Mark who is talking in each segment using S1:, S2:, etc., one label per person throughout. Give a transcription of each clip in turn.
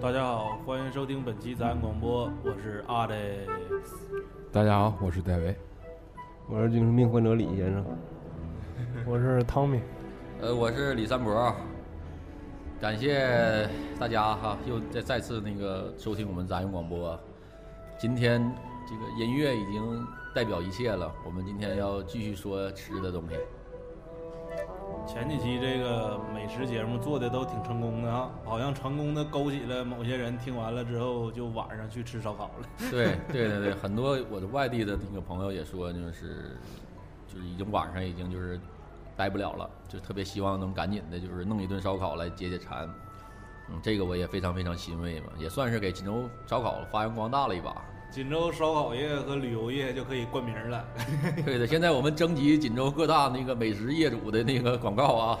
S1: 大家好，欢迎收听本期杂音广播，我是阿呆。
S2: 大家好，我是戴维。
S3: 我是精神病患者李先生。
S4: 我是汤米，
S5: 呃，我是李三博，感谢大家哈，又再再次那个收听我们杂音广播。啊今天这个音乐已经代表一切了，我们今天要继续说吃的东西。
S1: 前几期这个美食节目做的都挺成功的啊，好像成功的勾起了某些人听完了之后就晚上去吃烧烤了。
S5: 对对对对，很多我的外地的那个朋友也说，就是就是已经晚上已经就是待不了了，就特别希望能赶紧的，就是弄一顿烧烤来解解馋。嗯，这个我也非常非常欣慰嘛，也算是给锦州烧烤发扬光大了一把。
S1: 锦州烧烤业和旅游业就可以冠名了。
S5: 对的，现在我们征集锦州各大那个美食业主的那个广告啊，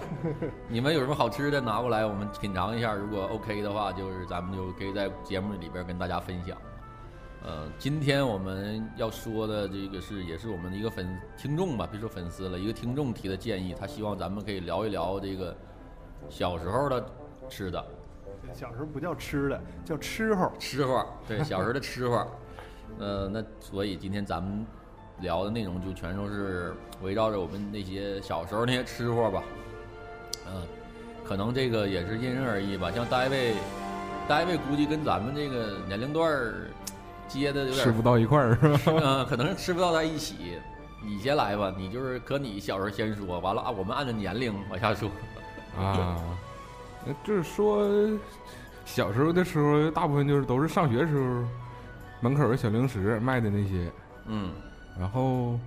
S5: 你们有什么好吃的拿过来，我们品尝一下。如果 OK 的话，就是咱们就可以在节目里边跟大家分享。呃，今天我们要说的这个是，也是我们的一个粉听众吧，别说粉丝了，一个听众提的建议，他希望咱们可以聊一聊这个小时候的吃的
S4: 小时候不叫吃的，叫吃候。
S5: 吃 法儿，对，小时候的吃法儿。呃，那所以今天咱们聊的内容就全都是围绕着我们那些小时候那些吃货吧。嗯、可能这个也是因人而异吧。像大卫，大卫估计跟咱们这个年龄段儿接的有点
S2: 吃不到一块儿是吧？
S5: 嗯，可能是吃不到在一起。你先来吧，你就是可你小时候先说，完了啊，我们按照年龄往下说。
S2: 啊，呃就是说小时候的时候，大部分就是都是上学时候门口的小零食卖的那些。
S5: 嗯，
S2: 然后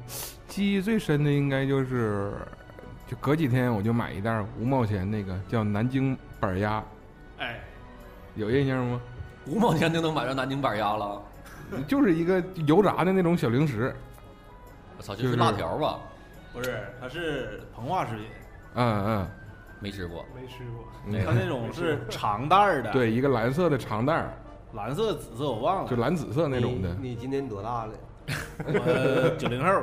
S2: 记忆最深的应该就是，就隔几天我就买一袋五毛钱那个叫南京板鸭，
S1: 哎，
S2: 有印象 吗？
S5: 五毛钱就能买着南京板鸭了，
S2: 就是一个油炸的那种小零食，
S5: 我操，
S2: 就
S5: 就是是辣条吧？
S1: 不是，它是膨化食品，
S2: 嗯嗯，
S5: 没吃过。
S4: 没吃过，
S2: 嗯
S1: 它那种是长袋儿的，，
S2: 对，一个蓝色的长袋儿，
S1: 蓝色、紫色我忘
S2: 就
S1: 了。
S2: 蓝紫色那种的。
S3: 你你今年多大了？
S1: 我九零 后，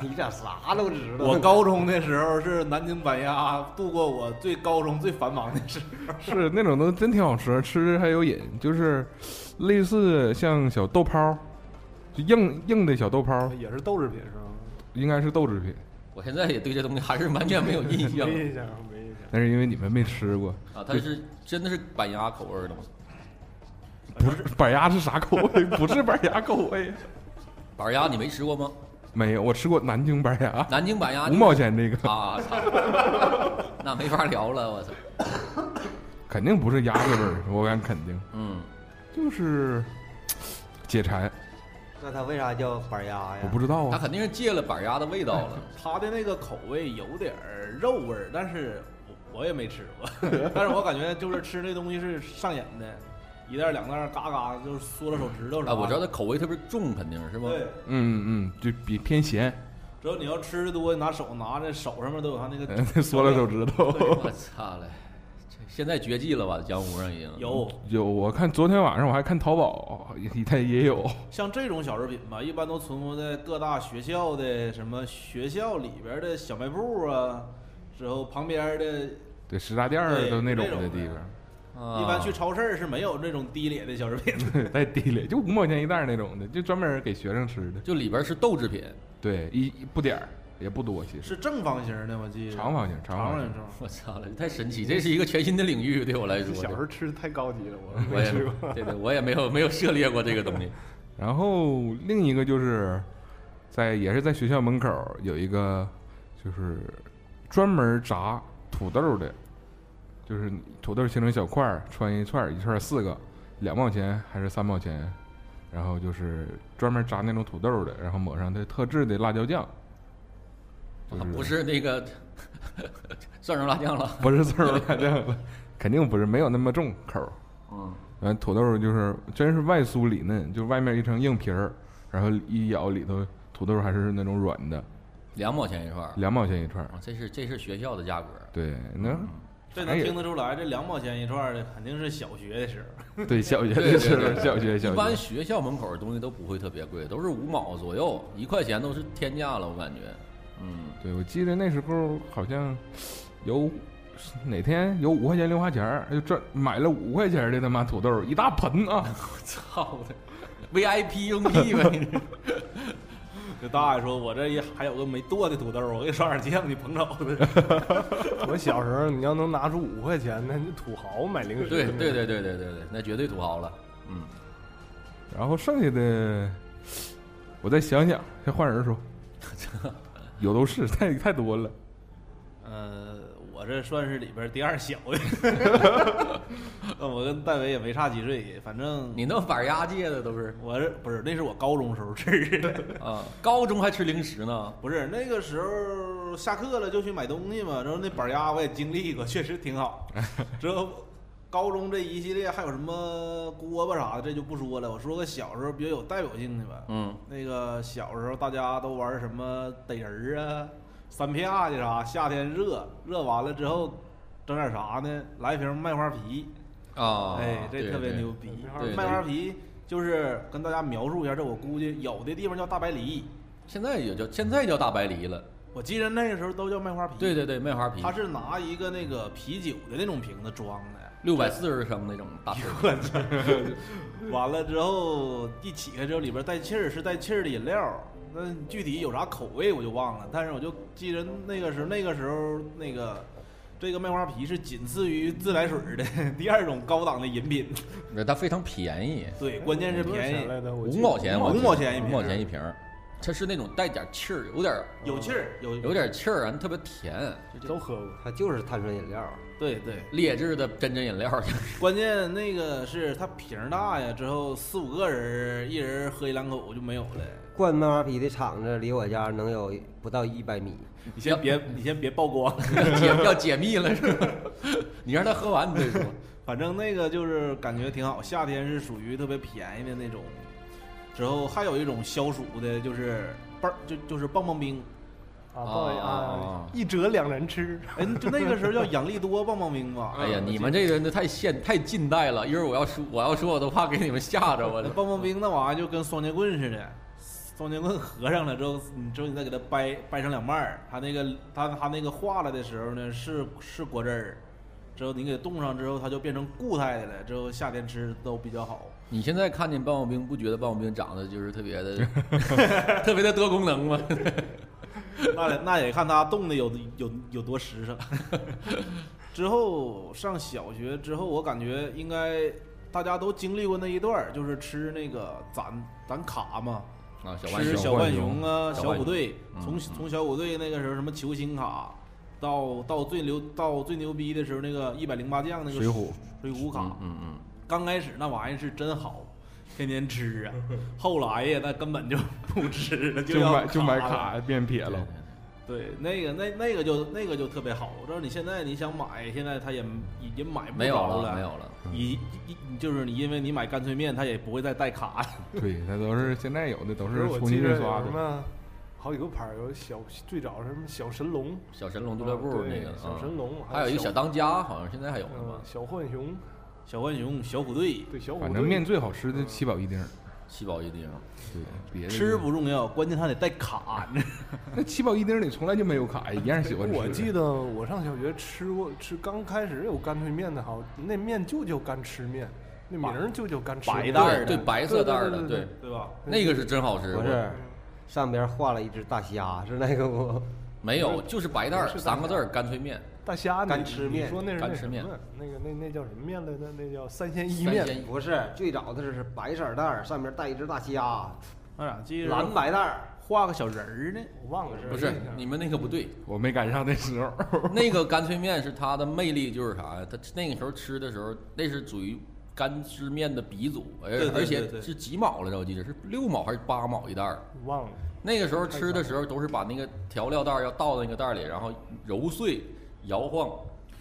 S3: 你咋啥都知道？
S1: 我高中的时候是南京板鸭度过我最高中最繁忙的时候。
S2: 是那种都真挺好吃，吃着还有瘾，就是类似像小豆泡儿，就硬硬的小豆泡儿，
S4: 也是豆制品是吗？
S2: 应该是豆制品，
S5: 我现在也对这东西还是完全没有印象
S4: 没印象，没印象。
S2: 但是因为你们没吃过，
S5: 啊。它是真的是板鸭口味儿的吗？
S2: 不是板鸭是啥口味？ 不是板鸭口味，啊
S5: 板鸭你没吃过吗？
S2: 没有，我吃过南京板鸭，
S5: 南京板鸭
S2: 五毛钱那个，
S5: 啊！操， 那没法聊了，我操。
S2: 肯定不是鸭子味儿，我敢肯定，
S5: 嗯，
S2: 就是解馋，
S3: 那它为啥叫板鸭呀？
S2: 我不知道
S5: 它
S2: 啊，
S5: 肯定是借了板鸭的味道了。
S1: 它的那个口味有点儿肉味儿，但是我我也没吃 过，但是我感觉就是吃那东西是上瘾的，一袋儿两袋儿嘎嘎就是缩了手指头啥的
S5: 啊，我知道它口味特别重，肯定是吧？
S1: 对，
S2: 嗯嗯，就比偏咸，
S1: 只要你要吃的多，你拿手拿着手上面都有它 那个
S2: 缩
S5: 哎
S2: 了手指头。
S5: 我操嘞！这现在绝迹了吧？江湖上已经
S1: 有
S2: 有，我看昨天晚上我还看淘宝，也它也有，
S1: 像这种小食品吧，一般都存活在各大学校的什么学校里边儿的小卖部啊，之后旁边儿的，
S2: 对，食杂店儿
S1: 对
S2: 都那种
S1: 那种
S2: 的
S1: 的
S2: 地方。
S5: 啊
S1: 一般去超市儿是没有这种低劣的小食品的。
S2: 太低了，就五毛钱一袋儿那种的，就专门给学生吃的。
S5: 就里边是豆制品。
S2: 对，一一不点儿也不多，其实
S1: 是正方形的，我记得
S2: 长方形
S1: 长
S2: 长方形
S1: 形，长 方
S5: 我操嘞，太神奇！这是一个全新的领域，对我来说。
S4: 小时候吃的太高级了，我
S5: 我
S4: 没
S5: 也
S4: 吃过。
S5: 对对，我也没有没有涉猎过这个东 西。啊
S2: 然后另一个就是在也是在学校门口儿有一个就是专门炸土豆的，就是土豆切成小块儿，穿一串儿，一串儿四个，两毛钱还是三毛钱。然后就是专门炸那种土豆的，然后抹上它特制的辣椒酱，就是
S5: 啊不是那个蒜蓉辣酱了。
S2: 不是刺儿 辣酱了，肯定不是，没有那么重口儿。
S5: 嗯，
S2: 完呃土豆就是真是外酥里嫩，就外面一层硬皮儿，然后一咬里头土豆还是那种软的，
S5: 两毛钱一串儿。
S2: 两毛钱一串儿。
S5: 啊，这是这是学校的价格。
S2: 对，那
S1: 这
S2: 哎
S1: 能
S2: 呀
S1: 听得出来，这两毛钱一串儿的肯定是小学的时候。
S2: 嗯对小学
S5: 对
S2: 的
S5: 对
S2: 时
S5: 对
S2: 候，小学
S5: 一
S2: 小
S5: 般
S2: 学
S5: 学校门口的东西都不会特别贵，都是五毛左右，一块钱都是天价了，我感觉。嗯，
S2: 对我记得那时候好像有哪天有五块钱零花钱儿，就赚买了五块钱儿的他妈土豆一大盆 啊！
S5: 操的，VIP 用 屁呗！
S1: 这大爷说：“我这也还有个没剁的土豆，我给你刷点芥末，你捧走的。
S4: 我小时候，你要能拿出五块钱，那你土豪买零食。
S5: 对对对对对对对，那绝对土豪了。嗯，
S2: 然后剩下的我再想想，先换 人说，有都是太太多了。”
S1: 呃，我这算是里边儿第二小的。 那我跟戴维也没差几岁，反正
S5: 你弄板鸭界的都是
S1: 我是不是那是我高中时候吃的？
S5: 啊，高中还吃零食呢。
S1: 不是那个时候下课了就去买东西嘛，然后那板鸭我也经历过， 确实挺好。之后高中这一系列还有什么锅巴啥的，这就不说了。我说个小时候比较有代表性的吧。
S5: 嗯，
S1: 那个小时候大家都玩什么逮人儿啊、三啪去啥，夏天热，热完了之后整点啥呢？来瓶麦花啤，
S5: 啊，
S1: 哎，这
S5: 对
S1: 特别
S5: 对
S1: 牛逼
S5: 对。
S1: 麦花啤就是跟大家描述一下，这我估计有的地方叫大白梨，
S5: 现在也叫现在叫大白梨了。
S1: 我记得那个时候都叫麦花啤。
S5: 对对对，麦花啤，
S1: 他是拿一个那个啤酒的那种瓶子装 的，
S5: 六百四十升那种大瓶儿。
S1: 完了之后一起开之后里边带气儿，是带气儿的饮料。那具体有啥口味我就忘了，但是我就记着那个时候，那个时候那个这个麦花啤是仅次于自来水儿的 第二种高档的饮品。
S5: 那它非常便宜，
S1: 对，关键是
S4: 多少
S1: 便
S4: 钱
S1: 宜，
S4: 来的？我
S5: 五
S4: 记得
S5: 毛钱我
S1: 五
S5: 记得，
S1: 毛钱一
S5: 五
S1: 瓶
S5: 毛钱一瓶儿。它是那种带点气儿，有点儿
S1: 有气儿，有
S5: 有点气儿，然后特别甜，
S4: 都喝过。
S3: 它就是碳酸饮料，
S1: 对对。
S5: 劣质的真真饮料 儿。
S1: 关键那个是它瓶儿大呀，之后四五个人儿一人喝一两口就没有了。
S3: 灌麦花啤的厂子离我家能有不到一百米。
S1: 你先别，你先别曝光。
S5: 要解要解密了是 吧？哎你让他喝完你再说。
S1: 反正那个就是感觉挺好，夏天是属于特别便宜的那种。之后还有一种消暑的，就是棒，就就是棒棒冰。
S4: 啊，
S5: 啊
S4: 不好意思
S5: 啊
S4: 啊，一折两人吃。
S1: 哎，就那个时候叫养力多棒棒冰吧。
S5: 哎呀，你们这个人都太现太近代了，一会儿我要说我要说我都怕给你们吓着我
S1: 啊那
S5: 了。
S1: 棒棒冰那玩意儿就跟双截棍似的，双截棍合上了之后，你之后你再给它掰掰成两半儿，它那个它它那个化了的时候呢是是果汁儿，之后你给它冻上之后，它就变成固态的了，之后夏天吃都比较好。
S5: 你现在看见棒棒冰不觉得棒棒冰长得就是特别的 特别的多功能吗？
S1: 那得那得看他冻的有有有多实诚。 之后上小学之后，我感觉应该大家都经历过那一段儿，就是吃那个攒攒卡嘛，
S5: 啊，小浣
S1: 吃
S5: 熊
S1: 小浣熊啊，
S5: 小
S1: 小
S5: 浣
S1: 虎队，
S5: 嗯
S1: 从从小虎队那个时候什么球星卡，到到最牛到最牛逼的时候那个一百零八将那个
S2: 水浒
S1: 水浒卡，
S5: 嗯嗯嗯，
S1: 刚开始那玩意儿是真好，天天吃啊，后来呀那根本就不吃了，
S2: 就
S1: 要
S2: 买就买
S1: 了
S2: 卡变撇
S5: 对
S2: 了，
S1: 对，那个那那个就那个就特别好。但是你现在你想买，现在它也已经买不
S5: 没有
S1: 着
S5: 了，没有了。
S1: 一一就是你因为你买干脆面，它也不会再带卡了。
S2: 对，它都是现在有的都
S4: 不
S2: 是
S4: 我
S2: 重
S4: 记
S2: 新
S4: 得
S2: 印
S4: 有
S2: 刷
S4: 什
S2: 的，
S4: 么好几个牌儿，有小最早是什么小神龙，
S5: 小神龙俱乐部
S4: 啊对
S5: 那个，
S4: 小
S5: 啊
S4: 神龙
S5: 还有一个小
S4: 小
S5: 当家，好像现在还有呢吧
S4: 嗯？小浣熊，
S1: 小浣熊、小虎队，
S4: 对小虎
S2: 反
S4: 队
S2: 正面最好吃的七宝一丁儿，
S5: 七宝一丁，
S2: 对，别的
S1: 吃不重要，关键它得带卡。
S2: 那七宝一丁儿里从来就没有卡，一样喜欢吃。
S4: 哎我记得我上小学吃过，吃刚开始有干脆面的好，那面就叫干吃面，那名儿就叫干吃
S1: 白
S4: 面。
S1: 袋儿
S5: 对对，白色袋儿
S4: 对
S5: 的，
S4: 对对对
S1: 对吧？
S5: 那个是真好吃。
S3: 不是，上边画了一只大虾， 是那个不？
S5: 没有，就是白袋儿
S4: 不是
S5: 三个字儿，干脆面，
S4: 大虾你
S3: 干吃面
S4: 你说那是
S5: 干
S4: 那
S5: 吃
S4: 什
S5: 面
S4: 么？那个那那叫什么面来着？那叫三鲜意
S5: 三
S4: 面。
S5: 鲜
S3: 不是，最早的是白色袋儿，上面带一只大虾，
S1: 那咋记着
S3: 蓝白袋儿。
S1: 画个小人儿呢？
S4: 我忘了
S5: 不是你们那个不对，
S2: 我没赶上那时候，
S5: 那个干脆面是它的魅力就是啥呀？它那个时候吃的时候，那是属于干吃面的鼻祖，而
S1: 对对对
S5: 而且
S1: 对
S5: 是几毛来着？我记得是六毛还是八毛一袋儿。
S4: 忘了。
S5: 那个时候吃的时候都是把那个调料袋儿要倒到那个袋儿里，然后揉碎、摇晃，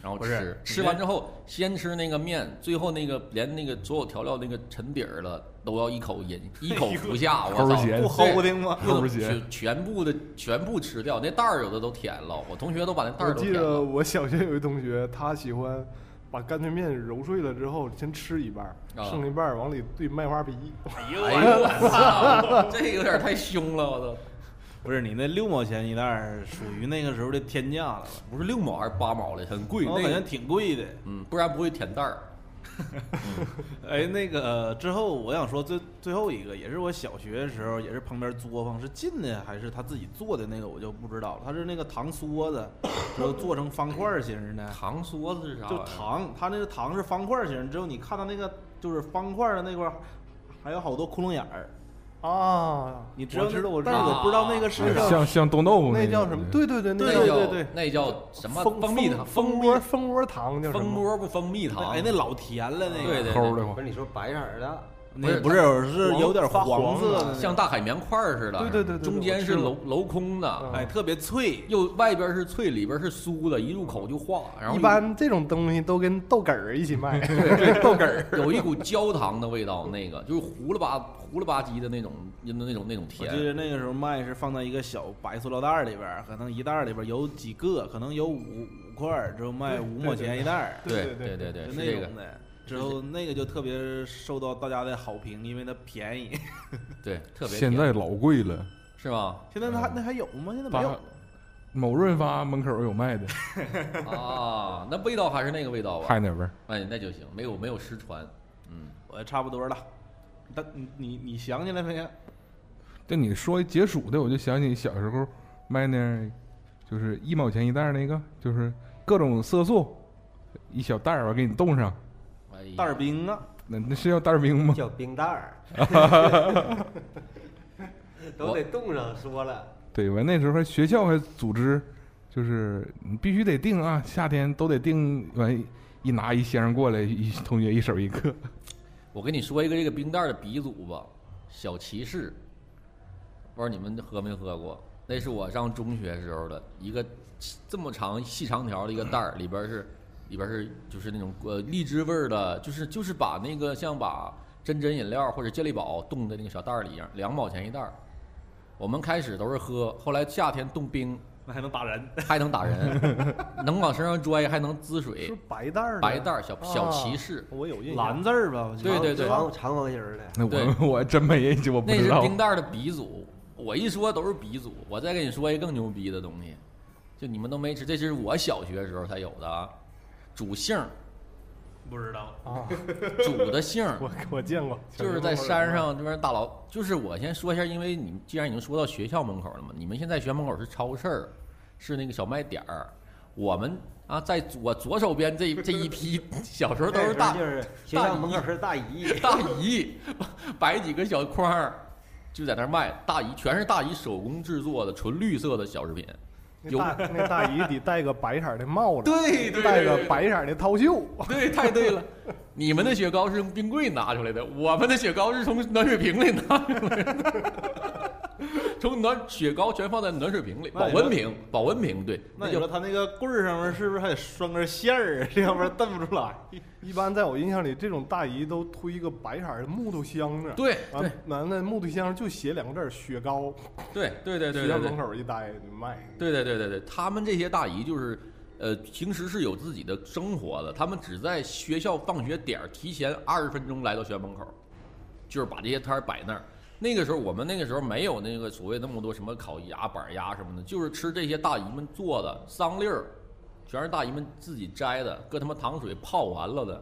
S5: 然后
S1: 不
S5: 吃
S1: 是。
S5: 吃完之后，先吃那个面，最后那个连那个所有调料那个沉底儿了，都要一口饮，一口 服下。我
S2: 齁
S5: 操！
S2: 咸
S1: 不齁的吗？
S2: 齁咸
S5: 全全部的全部吃掉，那袋儿有的都舔了，我同学都把那袋
S4: 我
S5: 儿都
S4: 记
S5: 舔
S4: 得
S5: 了。
S4: 我小学有一同学，他喜欢把干脆面揉碎了之后，先吃一半儿，
S5: 啊
S4: 剩一半儿往里兑麦花啤。
S5: 哎呦我操，这有点太凶了，我操！
S1: 不是你那六毛钱一袋儿属于那个时候的天价了吧？
S5: 不是六毛还是八毛的，很贵。
S1: 我感
S5: 那
S1: 觉
S5: 个，
S1: 挺贵的。
S5: 嗯，不然不会舔蛋儿。
S1: 哎，那个、呃之后我想说最最后一个，也是我小学的时候，也是旁边作坊是进的还是他自己做的那个，我就不知道了。他是那个糖梭子，之后做成方块形的，
S5: 糖梭子是啥玩
S1: 哎就
S5: 意儿？
S1: 糖，它那个糖是方块形，只有你看它那个就是方块的那块儿，还有好多窟窿眼儿。
S4: 啊，
S1: 你知道
S4: 我知道，我知
S1: 但是
S4: 道，
S1: 我不知道那个是
S4: 那叫
S2: 像像冻豆腐
S4: 那叫
S2: 种
S4: 什么
S2: 的？
S4: 对对对，那
S1: 对
S4: 叫
S5: 那
S1: 对
S5: 叫
S1: 对
S5: 那叫什么？
S4: 蜂
S5: 蜂蜜糖，
S4: 蜂
S5: 蜂
S4: 窝
S5: 窝，
S4: 蜂窝糖叫什
S5: 蜂
S4: 么？
S5: 窝不蜂蜜糖？
S1: 哎，那老甜了那个。
S5: 对对
S2: 齁的
S5: 对，
S2: 慌
S3: 不是。你说白色儿的，
S1: 那不是是有点
S4: 黄
S1: 黄色的那个，
S5: 像大海绵块儿似的。
S4: 对对对对对
S5: 中间
S4: 我
S5: 是
S4: 吃过
S5: 镂镂空的
S4: 嗯，
S1: 哎，特别脆。
S5: 又外边是脆，里边是酥的，一入口就化。然后
S4: 一般这种东西都跟豆梗儿一起卖，
S5: 豆梗儿有一股焦糖的味道，那个就是糊了吧糊了吧唧的那种那种那种
S1: 我记
S5: 甜。
S1: 得那个时候卖是放在一个小白塑料袋儿里边儿，可能一袋儿里边儿有几个，可能有五五块儿，之后卖五毛钱一袋儿，
S5: 对
S4: 对
S5: 对对对，
S1: 就是那
S5: 这个
S1: 种。的。之后那个就特别受到大家的好评，因为它便 宜。
S5: 对，特别
S2: 现
S5: 甜
S2: 在老贵了，
S5: 是吗？
S1: 现在它还那还有吗？现在没有了。
S2: 某润发门口有卖的，
S5: 啊，那味道还是那个味道吧？
S2: 还那味儿。
S5: 哎，那就行，没有没有失传。嗯，
S1: 我差不多了。但你你你想起来
S5: 哎
S1: 没有？
S2: 就你说解暑的，我就想起小时候卖那，就是一毛钱一袋儿那个，就是各种色素，一小袋儿吧，给你冻上。
S5: 哎呀
S1: 袋儿冰啊，
S2: 那那是叫袋儿冰吗？
S3: 叫冰袋儿， 都得冻上说了。
S2: 对吧？那时候还学校还组织，就是你必须得订啊，夏天都得订完，一拿一箱过来，一同学一手一个。
S5: 我跟你说一个这个冰袋儿的鼻祖吧，小骑士，不知道你们喝没喝过？那是我上中学时候的一个这么长细长条的一个袋儿，里边儿是里边儿是就是那种呃荔枝味儿的，就是就是把那个像把真真饮料或者健力宝冻在那个小袋儿里一样，两毛钱一袋儿。我们开始都是喝，后来夏天冻冰
S1: 那还能打人。
S5: 还能 打人，能往身上拽，还能滋水
S4: 是，白袋儿的，
S5: 白袋儿小小
S4: 啊
S5: 骑士。
S4: 我有印象。
S1: 蓝字儿吧，我记得
S5: 对对对
S3: 长长方形儿的，
S2: 那
S5: 对
S2: 我我真没印象，我不
S5: 那是
S2: 知道。
S5: 冰袋儿的鼻祖。我一说都是鼻祖，我再跟你说一个更牛逼的东西，就你们都没吃，这是我小学时候才有的啊，煮杏 儿，
S1: 不知道。
S4: 啊，
S5: 煮的杏儿，
S4: 我我见过，
S5: 就是在山上这边大佬，就是我先说一下，因为你们既然已经说到学校门口了嘛，你们现在学校门口是超市儿，是那个小卖点儿，我们啊在我左手边这一这一批小时候都是大
S3: 那时候就是学校门口是大 姨，
S5: 大姨摆几个小筐儿，就在那儿卖。大姨全是大姨手工制作的纯绿色的小食品，
S4: 那
S5: 有
S4: 大那大姨得戴个白色儿的帽子，
S5: 对对
S4: 戴
S5: 对
S4: 个白色儿的套袖，
S5: 对，太对了。你们的雪糕是用冰柜拿出来的，我们的雪糕是从暖水瓶里拿出来的， 从暖雪糕全放在暖水瓶里，保温瓶，保温瓶，对，
S1: 那你
S5: 叫
S1: 说它那个棍儿上面是不是还得拴根线儿啊？这要不然蹬不出来。
S4: 一般在我印象里，这种大姨都推一个白色儿的木头箱子，
S5: 对
S1: 啊
S4: 完，完了木头箱上就写两个字儿“雪糕
S5: 对对”，对对
S4: 学
S5: 对
S4: 校
S5: 对
S4: 门。口一待就卖。
S5: 对对对对对，他们这些大姨就是，呃，平时是有自己的生活的，他们只在学校放学点儿提前二十分钟来到学校门口，就是把这些摊儿摆那儿。那个时候我们那个时候没有那个所谓那么多什么烤鸭、板鸭什么的，就是吃这些大姨们做的桑粒儿，全是大姨们自己摘的，搁他妈糖水泡完了的，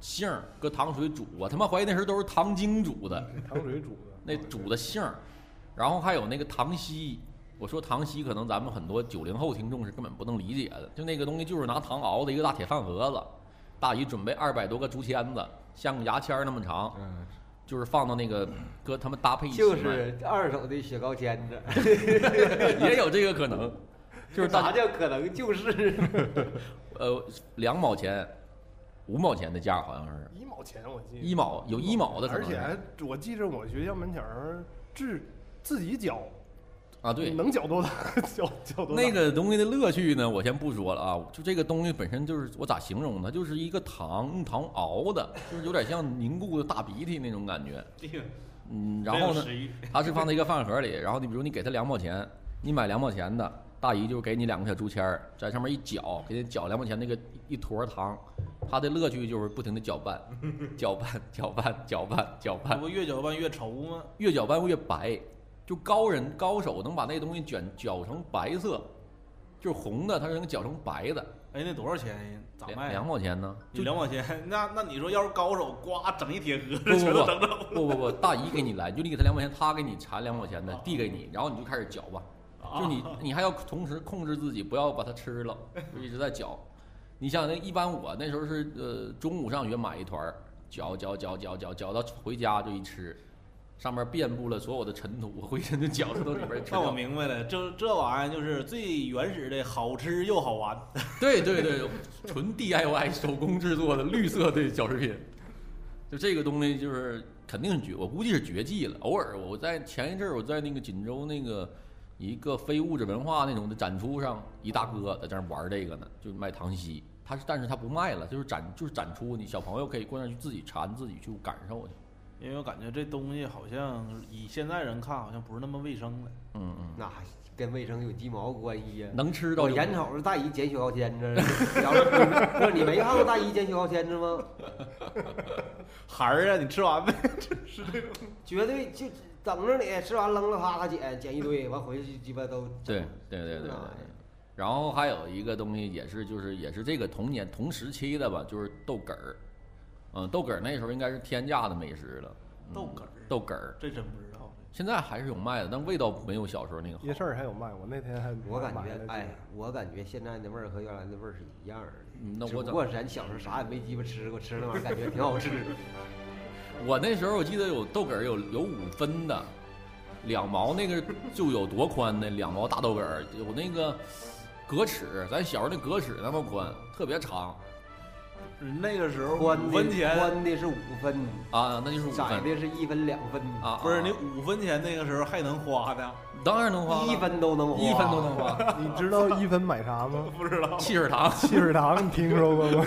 S5: 杏儿搁糖水煮，啊我他妈怀疑那时候都是糖精煮的。
S4: 糖水煮的，
S3: 哦
S5: 那煮的杏儿，然后还有那个糖稀。我说糖稀，可能咱们很多九零后听众是根本不能理解的，就那个东西就是拿糖熬的一个大铁饭盒子，大姨准备二百多个竹签子，像个牙签儿那么长，
S2: 嗯，
S5: 就是放到那个搁他们搭配一起
S3: 就
S5: 卖
S3: 是二手的雪糕签子，
S5: 也有这个可能， 就是大
S3: 啥叫可能就是
S5: 呃两毛钱、五毛钱的价好像是
S4: 一毛钱我记
S5: 一
S4: 得，
S5: 毛有一毛的可
S4: 而
S5: 能
S4: 且
S5: 是
S4: 还我记着我学校门前儿自自己搅，
S5: 啊对，
S4: 能搅多大 搅搅多大。
S5: 那个东西的乐趣呢，我先不说了啊，就这个东西本身就是我咋形容它，就是一个糖用糖熬的，就是有点像凝固的大鼻涕那种感觉。嗯，然后呢，它是放在一个饭盒里，然后你比如你给它两毛钱，你买两毛钱的，大姨就给你两个小竹签儿，在上面一搅，给你搅两毛钱那个一坨糖，它的乐趣就是不停的搅拌，搅拌，搅拌，搅拌，搅
S1: 这
S5: 拌，
S1: 不越搅拌越稠吗？
S5: 越搅拌越白，就高人高手能把那东西卷搅成白色，就是红的，它是能搅成白的，
S1: 哎，那多少钱？咋
S5: 两
S1: 卖？啊
S5: 两毛钱呢？
S1: 就两毛钱。那那你说要是高手，呱整一铁盒
S5: 不
S1: 子
S5: 不
S1: 全
S5: 不
S1: 都整走
S5: 不不不，大姨给你来，就你给他两毛钱，他给你缠两毛
S1: 哦
S5: 钱的，递给你，然后你就开始搅吧。
S1: 啊
S5: 就 你你还要同时控制自己，不要把它吃了，就一直在搅。你想那一般我那时候是呃中午上学买一团儿，搅搅搅搅搅搅到回家就一吃，上面遍布了所有的尘土，我回身就搅到里边儿吃
S1: 那我
S5: 掉。
S1: 明白了，这这玩意儿就是最原始的，好吃又好玩。
S5: 对对对，纯 DIY 手工制作的绿色的小食品，就这个东西就是肯定是绝，我估计是绝技了。偶尔我在前一阵儿我在那个锦州那个一个非物质文化那种的展出上，一大哥在这儿玩这个呢，就卖糖稀。他是，但是他不卖了，就是展，就是展出，你小朋友可以过那儿去自己馋，自己去感受去。
S1: 因为我感觉这东西好像以现在人看，好像不是那么卫生了。
S5: 嗯嗯，
S3: 那跟卫生有鸡毛关系呀？
S5: 能吃到
S3: 我
S5: 就
S3: 眼瞅着大姨捡雪糕 签子，然后你不是你没看过大姨捡雪糕签子吗？
S1: 孩儿啊，你吃完呗。
S3: 绝对就等着你哎吃完扔了，啪，他捡捡一 堆，完回去鸡巴都
S5: 对对对对对
S3: 哎呀
S5: 对。然后还有一个东西也是，就是也是这个同年同时期的吧，就是豆梗儿。嗯，豆梗儿那时候应该是天价的美食了。嗯
S1: 豆梗儿
S5: 豆梗儿
S1: 这真不知道。
S5: 现在还是有卖的，但味道没有小时候那个好。
S4: 夜市儿还有卖，我那天还
S3: 我感
S4: 买了
S3: 觉，哎
S4: 几，
S3: 我感觉现在的味儿和原来的味儿是一样儿的。
S5: 嗯那
S3: 只
S5: 我
S3: 不
S5: 怎
S3: 过咱小时候啥也没鸡巴吃过，吃那玩意儿感觉 挺好吃。
S5: 我那时候我记得有豆梗儿有有五分的，两毛那个就有多宽呢？两毛大豆梗儿有那个格尺，咱小时候那格尺那么宽，特别长
S1: 那个时候
S3: 宽
S1: 五
S3: 的
S1: 分钱，
S3: 宽的是五分，
S5: 啊，那就是五
S3: 窄
S5: 分
S3: 的是一分两分，
S5: 啊。
S1: 不是
S5: 啊
S1: 你五分钱那个时候还能花呢？
S5: 当然能花了，
S3: 一分都能花，
S5: 一分都能花。
S4: 个。你知道一分买啥 吗？
S1: 不知道。
S5: 汽水糖，
S4: 汽水糖，你听说过 吗？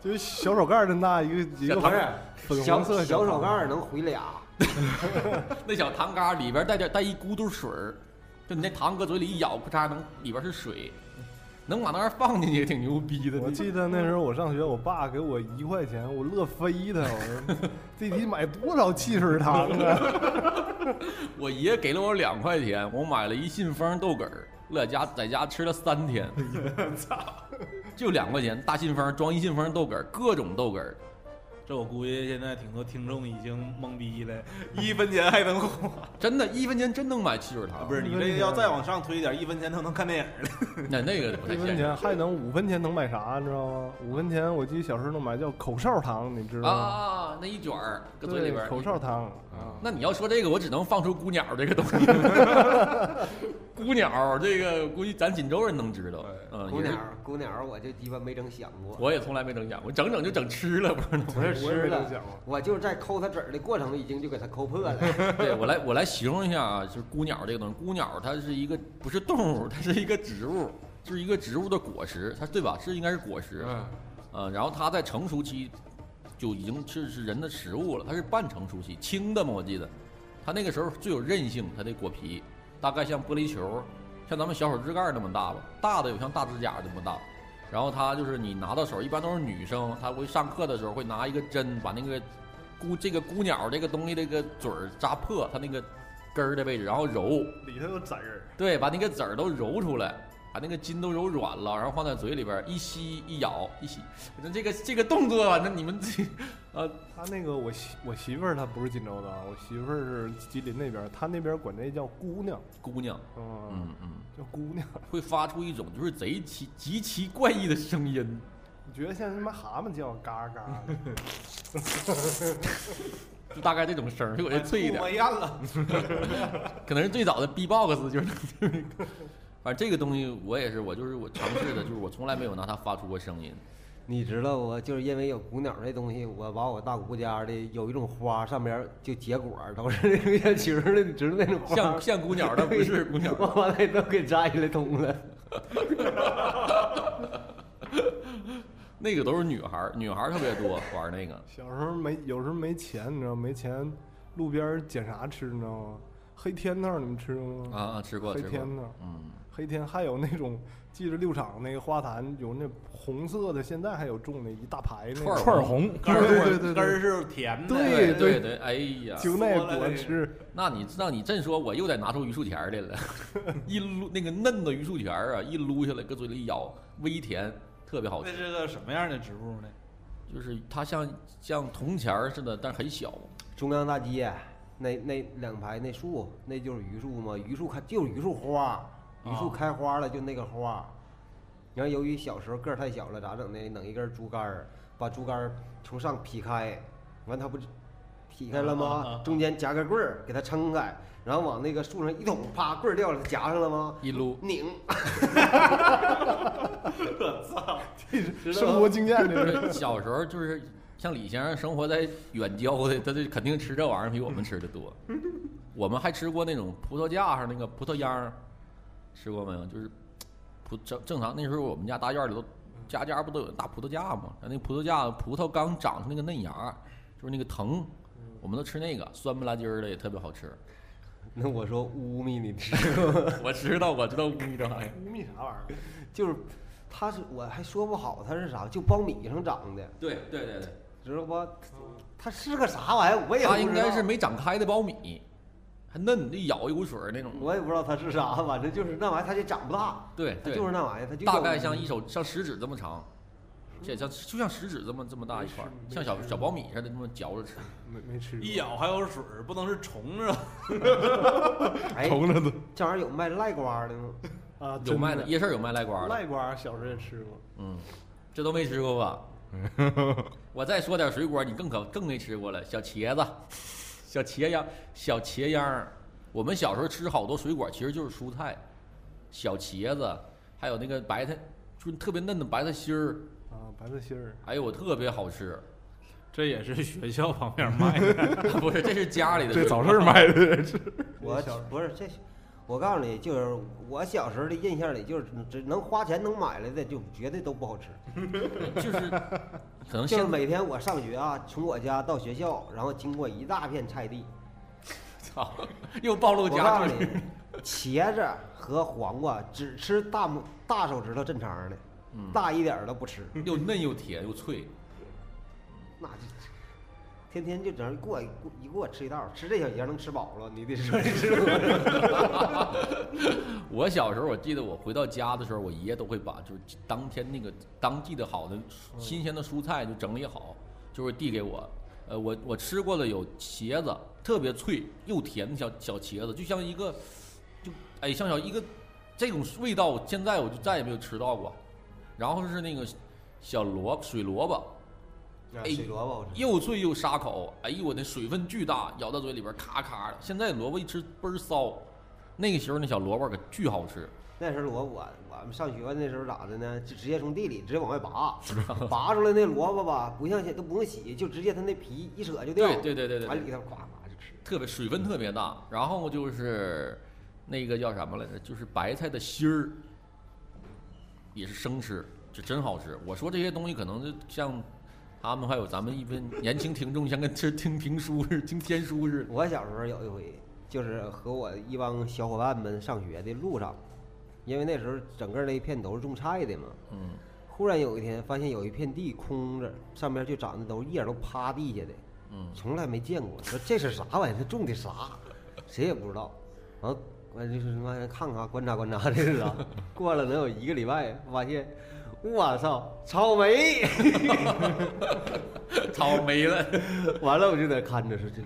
S4: 就是小手盖儿这么大一个一个
S5: 小糖
S3: 不
S4: 粉
S3: 是
S4: 粉
S3: 小
S4: 红色
S3: 小手
S4: 糖
S3: 盖儿能回俩，
S5: 啊那小糖嘎里边带点带一咕嘟水儿，就
S4: 嗯
S5: 你那糖搁嘴里一咬，咔嚓能里边是水，能把那玩意儿放进去也挺牛逼的。
S4: 我记得那时候我上学，我爸给我一块钱，我乐飞他，我说 这得买多少汽水糖啊！
S5: 我爷给了我两块钱，我买了一信封豆梗儿，我在家在家吃了三天，
S4: 哎
S5: 操，就两块钱大信封装一信封豆梗儿，各种豆梗儿，
S1: 这我估计现在挺多听众已经懵逼了，一分钱还能 花？
S5: 真的，一分钱真能买汽
S4: 啊
S5: 水糖，
S1: 啊不是你这要再往上推一点，一分钱都能看电影了。
S5: 那那个不 太
S4: 一分
S5: 现实
S4: 钱还能五分钱能买啥，你知道吗？五分钱我记得小时候能买叫口哨糖，你知
S5: 啊
S4: 道
S5: 啊
S4: 吗？
S5: 啊！那一卷儿搁嘴里
S4: 对
S5: 边，儿
S4: 口哨糖。
S2: 啊
S5: 那你要说这个，我只能放出姑鸟这个东西。姑鸟这个估计咱锦州人能知道，嗯，
S3: 姑
S5: 也是
S3: 鸟儿姑鸟儿我就鸡巴没整想过，
S5: 我也从来没整讲过，整整就整吃了，不是
S3: 不是
S4: 我也
S3: 吃
S4: 没
S3: 了
S4: 整过，
S3: 我就是在抠它籽儿的过程已经就给它抠破了。
S5: 对我来我来形容一下啊，就是姑鸟这个东西，姑鸟它是一个不是动物，它是一个植物，就是一个植物的果实，它对吧？是应该是果实，
S2: 嗯，
S5: 呃，然后它在成熟期就已经是是人的食物了，它是半成熟期，青的嘛，我记得，它那个时候最有韧性，它的果皮大概像玻璃球，像咱们小手指盖那么大吧，大的有像大指甲这么大。然后它就是你拿到手，一般都是女生，她会上课的时候会拿一个针把那个姑这个姑鸟这个东西这个嘴儿扎破，它那个根儿的位置，然后揉，
S4: 里头有籽儿，
S5: 对，把那个籽儿都揉出来，把那个筋都揉软了，然后放在嘴里边儿一吸一咬一吸。反正这个这个动作，反正你们自己，呃，
S4: 他那个我媳我媳妇儿她不是锦州的啊，我媳妇儿是吉林那边儿，她那边儿管这叫姑娘，
S5: 姑娘，
S4: 嗯，
S5: 嗯嗯，
S4: 叫姑娘。
S5: 会发出一种就是贼奇极其怪异的声音。
S4: 你觉得像他妈蛤蟆叫嘎嘎 的？
S5: 就大概这种声儿，比我这脆一点
S1: 我
S5: 儿，
S1: 咽 了。
S5: 可能是最早的 B-box 就是 那个，反正这个东西我也是，我就是我尝试的，就是我从来没有拿它发出过声音。
S3: 你知道我就是因为有古鸟这东西，我把我大姑家的有一种花上边儿就结果儿都是那个球的，你知道那种花
S5: 像像姑鸟儿，但不是姑鸟
S3: 我
S5: 儿。
S3: 把那都给摘了通了。
S5: 那个都是女孩儿，女孩儿特别多玩儿那个。
S4: 小时候没，有时候没钱，你知道没钱，路边儿捡啥吃，你知道吗？黑天呐，你们吃过吗？
S5: 啊，吃过
S4: 黑
S5: 吃过
S4: 天呐，
S5: 嗯，
S4: 黑天还有那种，记着六厂那个花坛有那红色的，现在还有种的一大排那
S5: 串
S4: 个
S5: 儿
S2: 串儿红，
S1: 根
S4: 对
S1: 儿
S4: 对对对
S1: 根儿是甜的，
S4: 对
S5: 对对，哎呀，
S4: 就那果吃，
S5: 那你那你这说，我又得拿出榆树钱儿来了， 一撸那个嫩的榆树钱儿啊，一撸下来搁嘴里咬，微甜，特别好
S1: 那
S5: 吃。
S1: 是个什么样的植物 呢？
S5: 就是它像像铜钱儿似的，但是很小。
S3: 中央大街那那两排那树，那就是榆树嘛，榆树开就是榆树花，榆
S5: 哦
S3: 树开花了就那个花。你看，由于小时候个儿太小了，咋整呢？弄一根竹竿儿，把竹竿儿从上劈开，完它不劈开了
S1: 啊啊啊
S3: 吗？中间夹根棍儿给它撑开，然后往那个树上一捅，啪，棍儿掉了，夹上了吗？
S5: 一撸
S3: 拧，
S1: 知道
S4: 生活经验这是。
S5: 对小时候就是像李先生生活在远郊的，他就肯定吃这玩意儿比我们吃的多。我们还吃过那种葡萄架上那个葡萄秧儿，吃过没有？就是葡正正常那时候我们家大院里头家家不都有大葡萄架吗？那葡萄架葡萄刚长出那个嫩芽儿，就是那个藤，我们都吃那个酸不拉几儿的，也特别好吃。
S3: 那我说乌米你吃过吗？
S5: 我知道，我知道乌米这玩意儿。
S4: 乌米啥玩意儿？
S3: 就是，它是我还说不好它是啥，就苞米上长的，
S5: 对对对对。
S3: 知道不？ 它是个啥玩意儿，我也不知道。
S5: 它应该是没长开的苞米，还嫩，一咬一股水儿那种。
S3: 我也不知道它是啥，反正就是那玩意儿，它就长不大，
S5: 对，
S3: 它
S5: 对
S3: 就是那玩意儿，它就
S5: 大
S3: 有
S5: 概像一手像食指这么长，这像就像食指这么这么大一块儿，像小小苞米似的这么嚼着吃。
S4: 没没吃过。
S1: 一咬还有水儿，不能是虫啊是 吧？
S3: 哎，
S2: 瞅着都
S3: 这玩意儿有卖赖瓜的吗？
S4: 啊，
S5: 有
S4: 真
S5: 卖的，夜市有卖赖瓜的，
S4: 赖瓜，小时候也吃过。
S5: 嗯，这都没吃过吧？我再说点水果，你更可更没吃过了，小茄子，小茄秧，小茄秧儿。我们小时候吃好多水果，其实就是蔬菜，小茄子，还有那个白菜，就是特别嫩的白菜心儿，
S4: 啊，白菜心儿，
S5: 哎呦，我特别好吃。
S1: 这也是学校旁边卖的，
S5: 不是，这是家里的水
S2: 这
S5: 果。
S2: 早市卖的，是
S3: 我
S4: 小时候
S3: 不是这，我告诉你，就是我小时候的印象里，就是只能花钱能买来的，就绝对都不好吃。
S5: 就是可能
S3: 就是
S5: 现在
S3: 每天我上学啊，从我家到学校，然后经过一大片菜地，
S5: 操， 又暴露
S3: 我
S5: 家
S3: 告
S5: 庭
S3: 诉。你， 茄子和黄瓜只吃大拇大手指头正常的，
S5: 嗯
S3: 大一点儿都不吃，
S5: 又嫩又甜又脆，
S3: 那就天天就整给我一给我吃一道，吃这小节能吃饱了，你得说你 吃啊饱了。
S5: 我小时候我记得我回到家的时候，我爷爷都会把就是当天那个当季的好的
S3: 嗯
S5: 新鲜的蔬菜就整理好，就会递给我。呃，我我吃过的有茄子，特别脆又甜的小小茄子，就像一个，就哎像小一个这种味道，现在我就再也没有吃到过。然后是那个小萝水萝卜，
S3: 啊
S5: 哎
S3: 水萝卜好吃，
S5: 又脆又沙口，哎呦我那水分巨大，咬到嘴里边咔咔的。现在萝卜一吃倍儿骚，那个时候那小萝卜可巨好吃。
S3: 那时候萝卜我我们上学那时候咋的呢？就直接从地里直接往外 拔，
S5: 哦
S3: 拔出来那萝卜吧，不像现都不用洗，就直接它那皮一扯就掉，
S5: 对对对对对
S3: 完里头咵咵就吃。
S5: 特别水分特别大，然后就是那个叫什么来着，就是白菜的芯儿，也是生吃，这真好吃。我说这些东西可能就像他们还有咱们一般年轻听众，像跟吃听评书似的，听天书似的。
S3: 我小时候有一回，就是和我一帮小伙伴们上学的路上，因为那时候整个那一片都是种菜的嘛。
S5: 嗯，
S3: 忽然有一天，发现有一片地空着，上面就长的都是叶儿都趴地下的，
S5: 嗯，
S3: 从来没见过。说这是啥玩意儿？这种的啥？ 谁也不知道。完，完就是他妈看看观察观察这是啥。 过了能有一个礼拜，发现，我操，草莓！
S5: 草莓了，
S3: 完了，我就在那看着说这，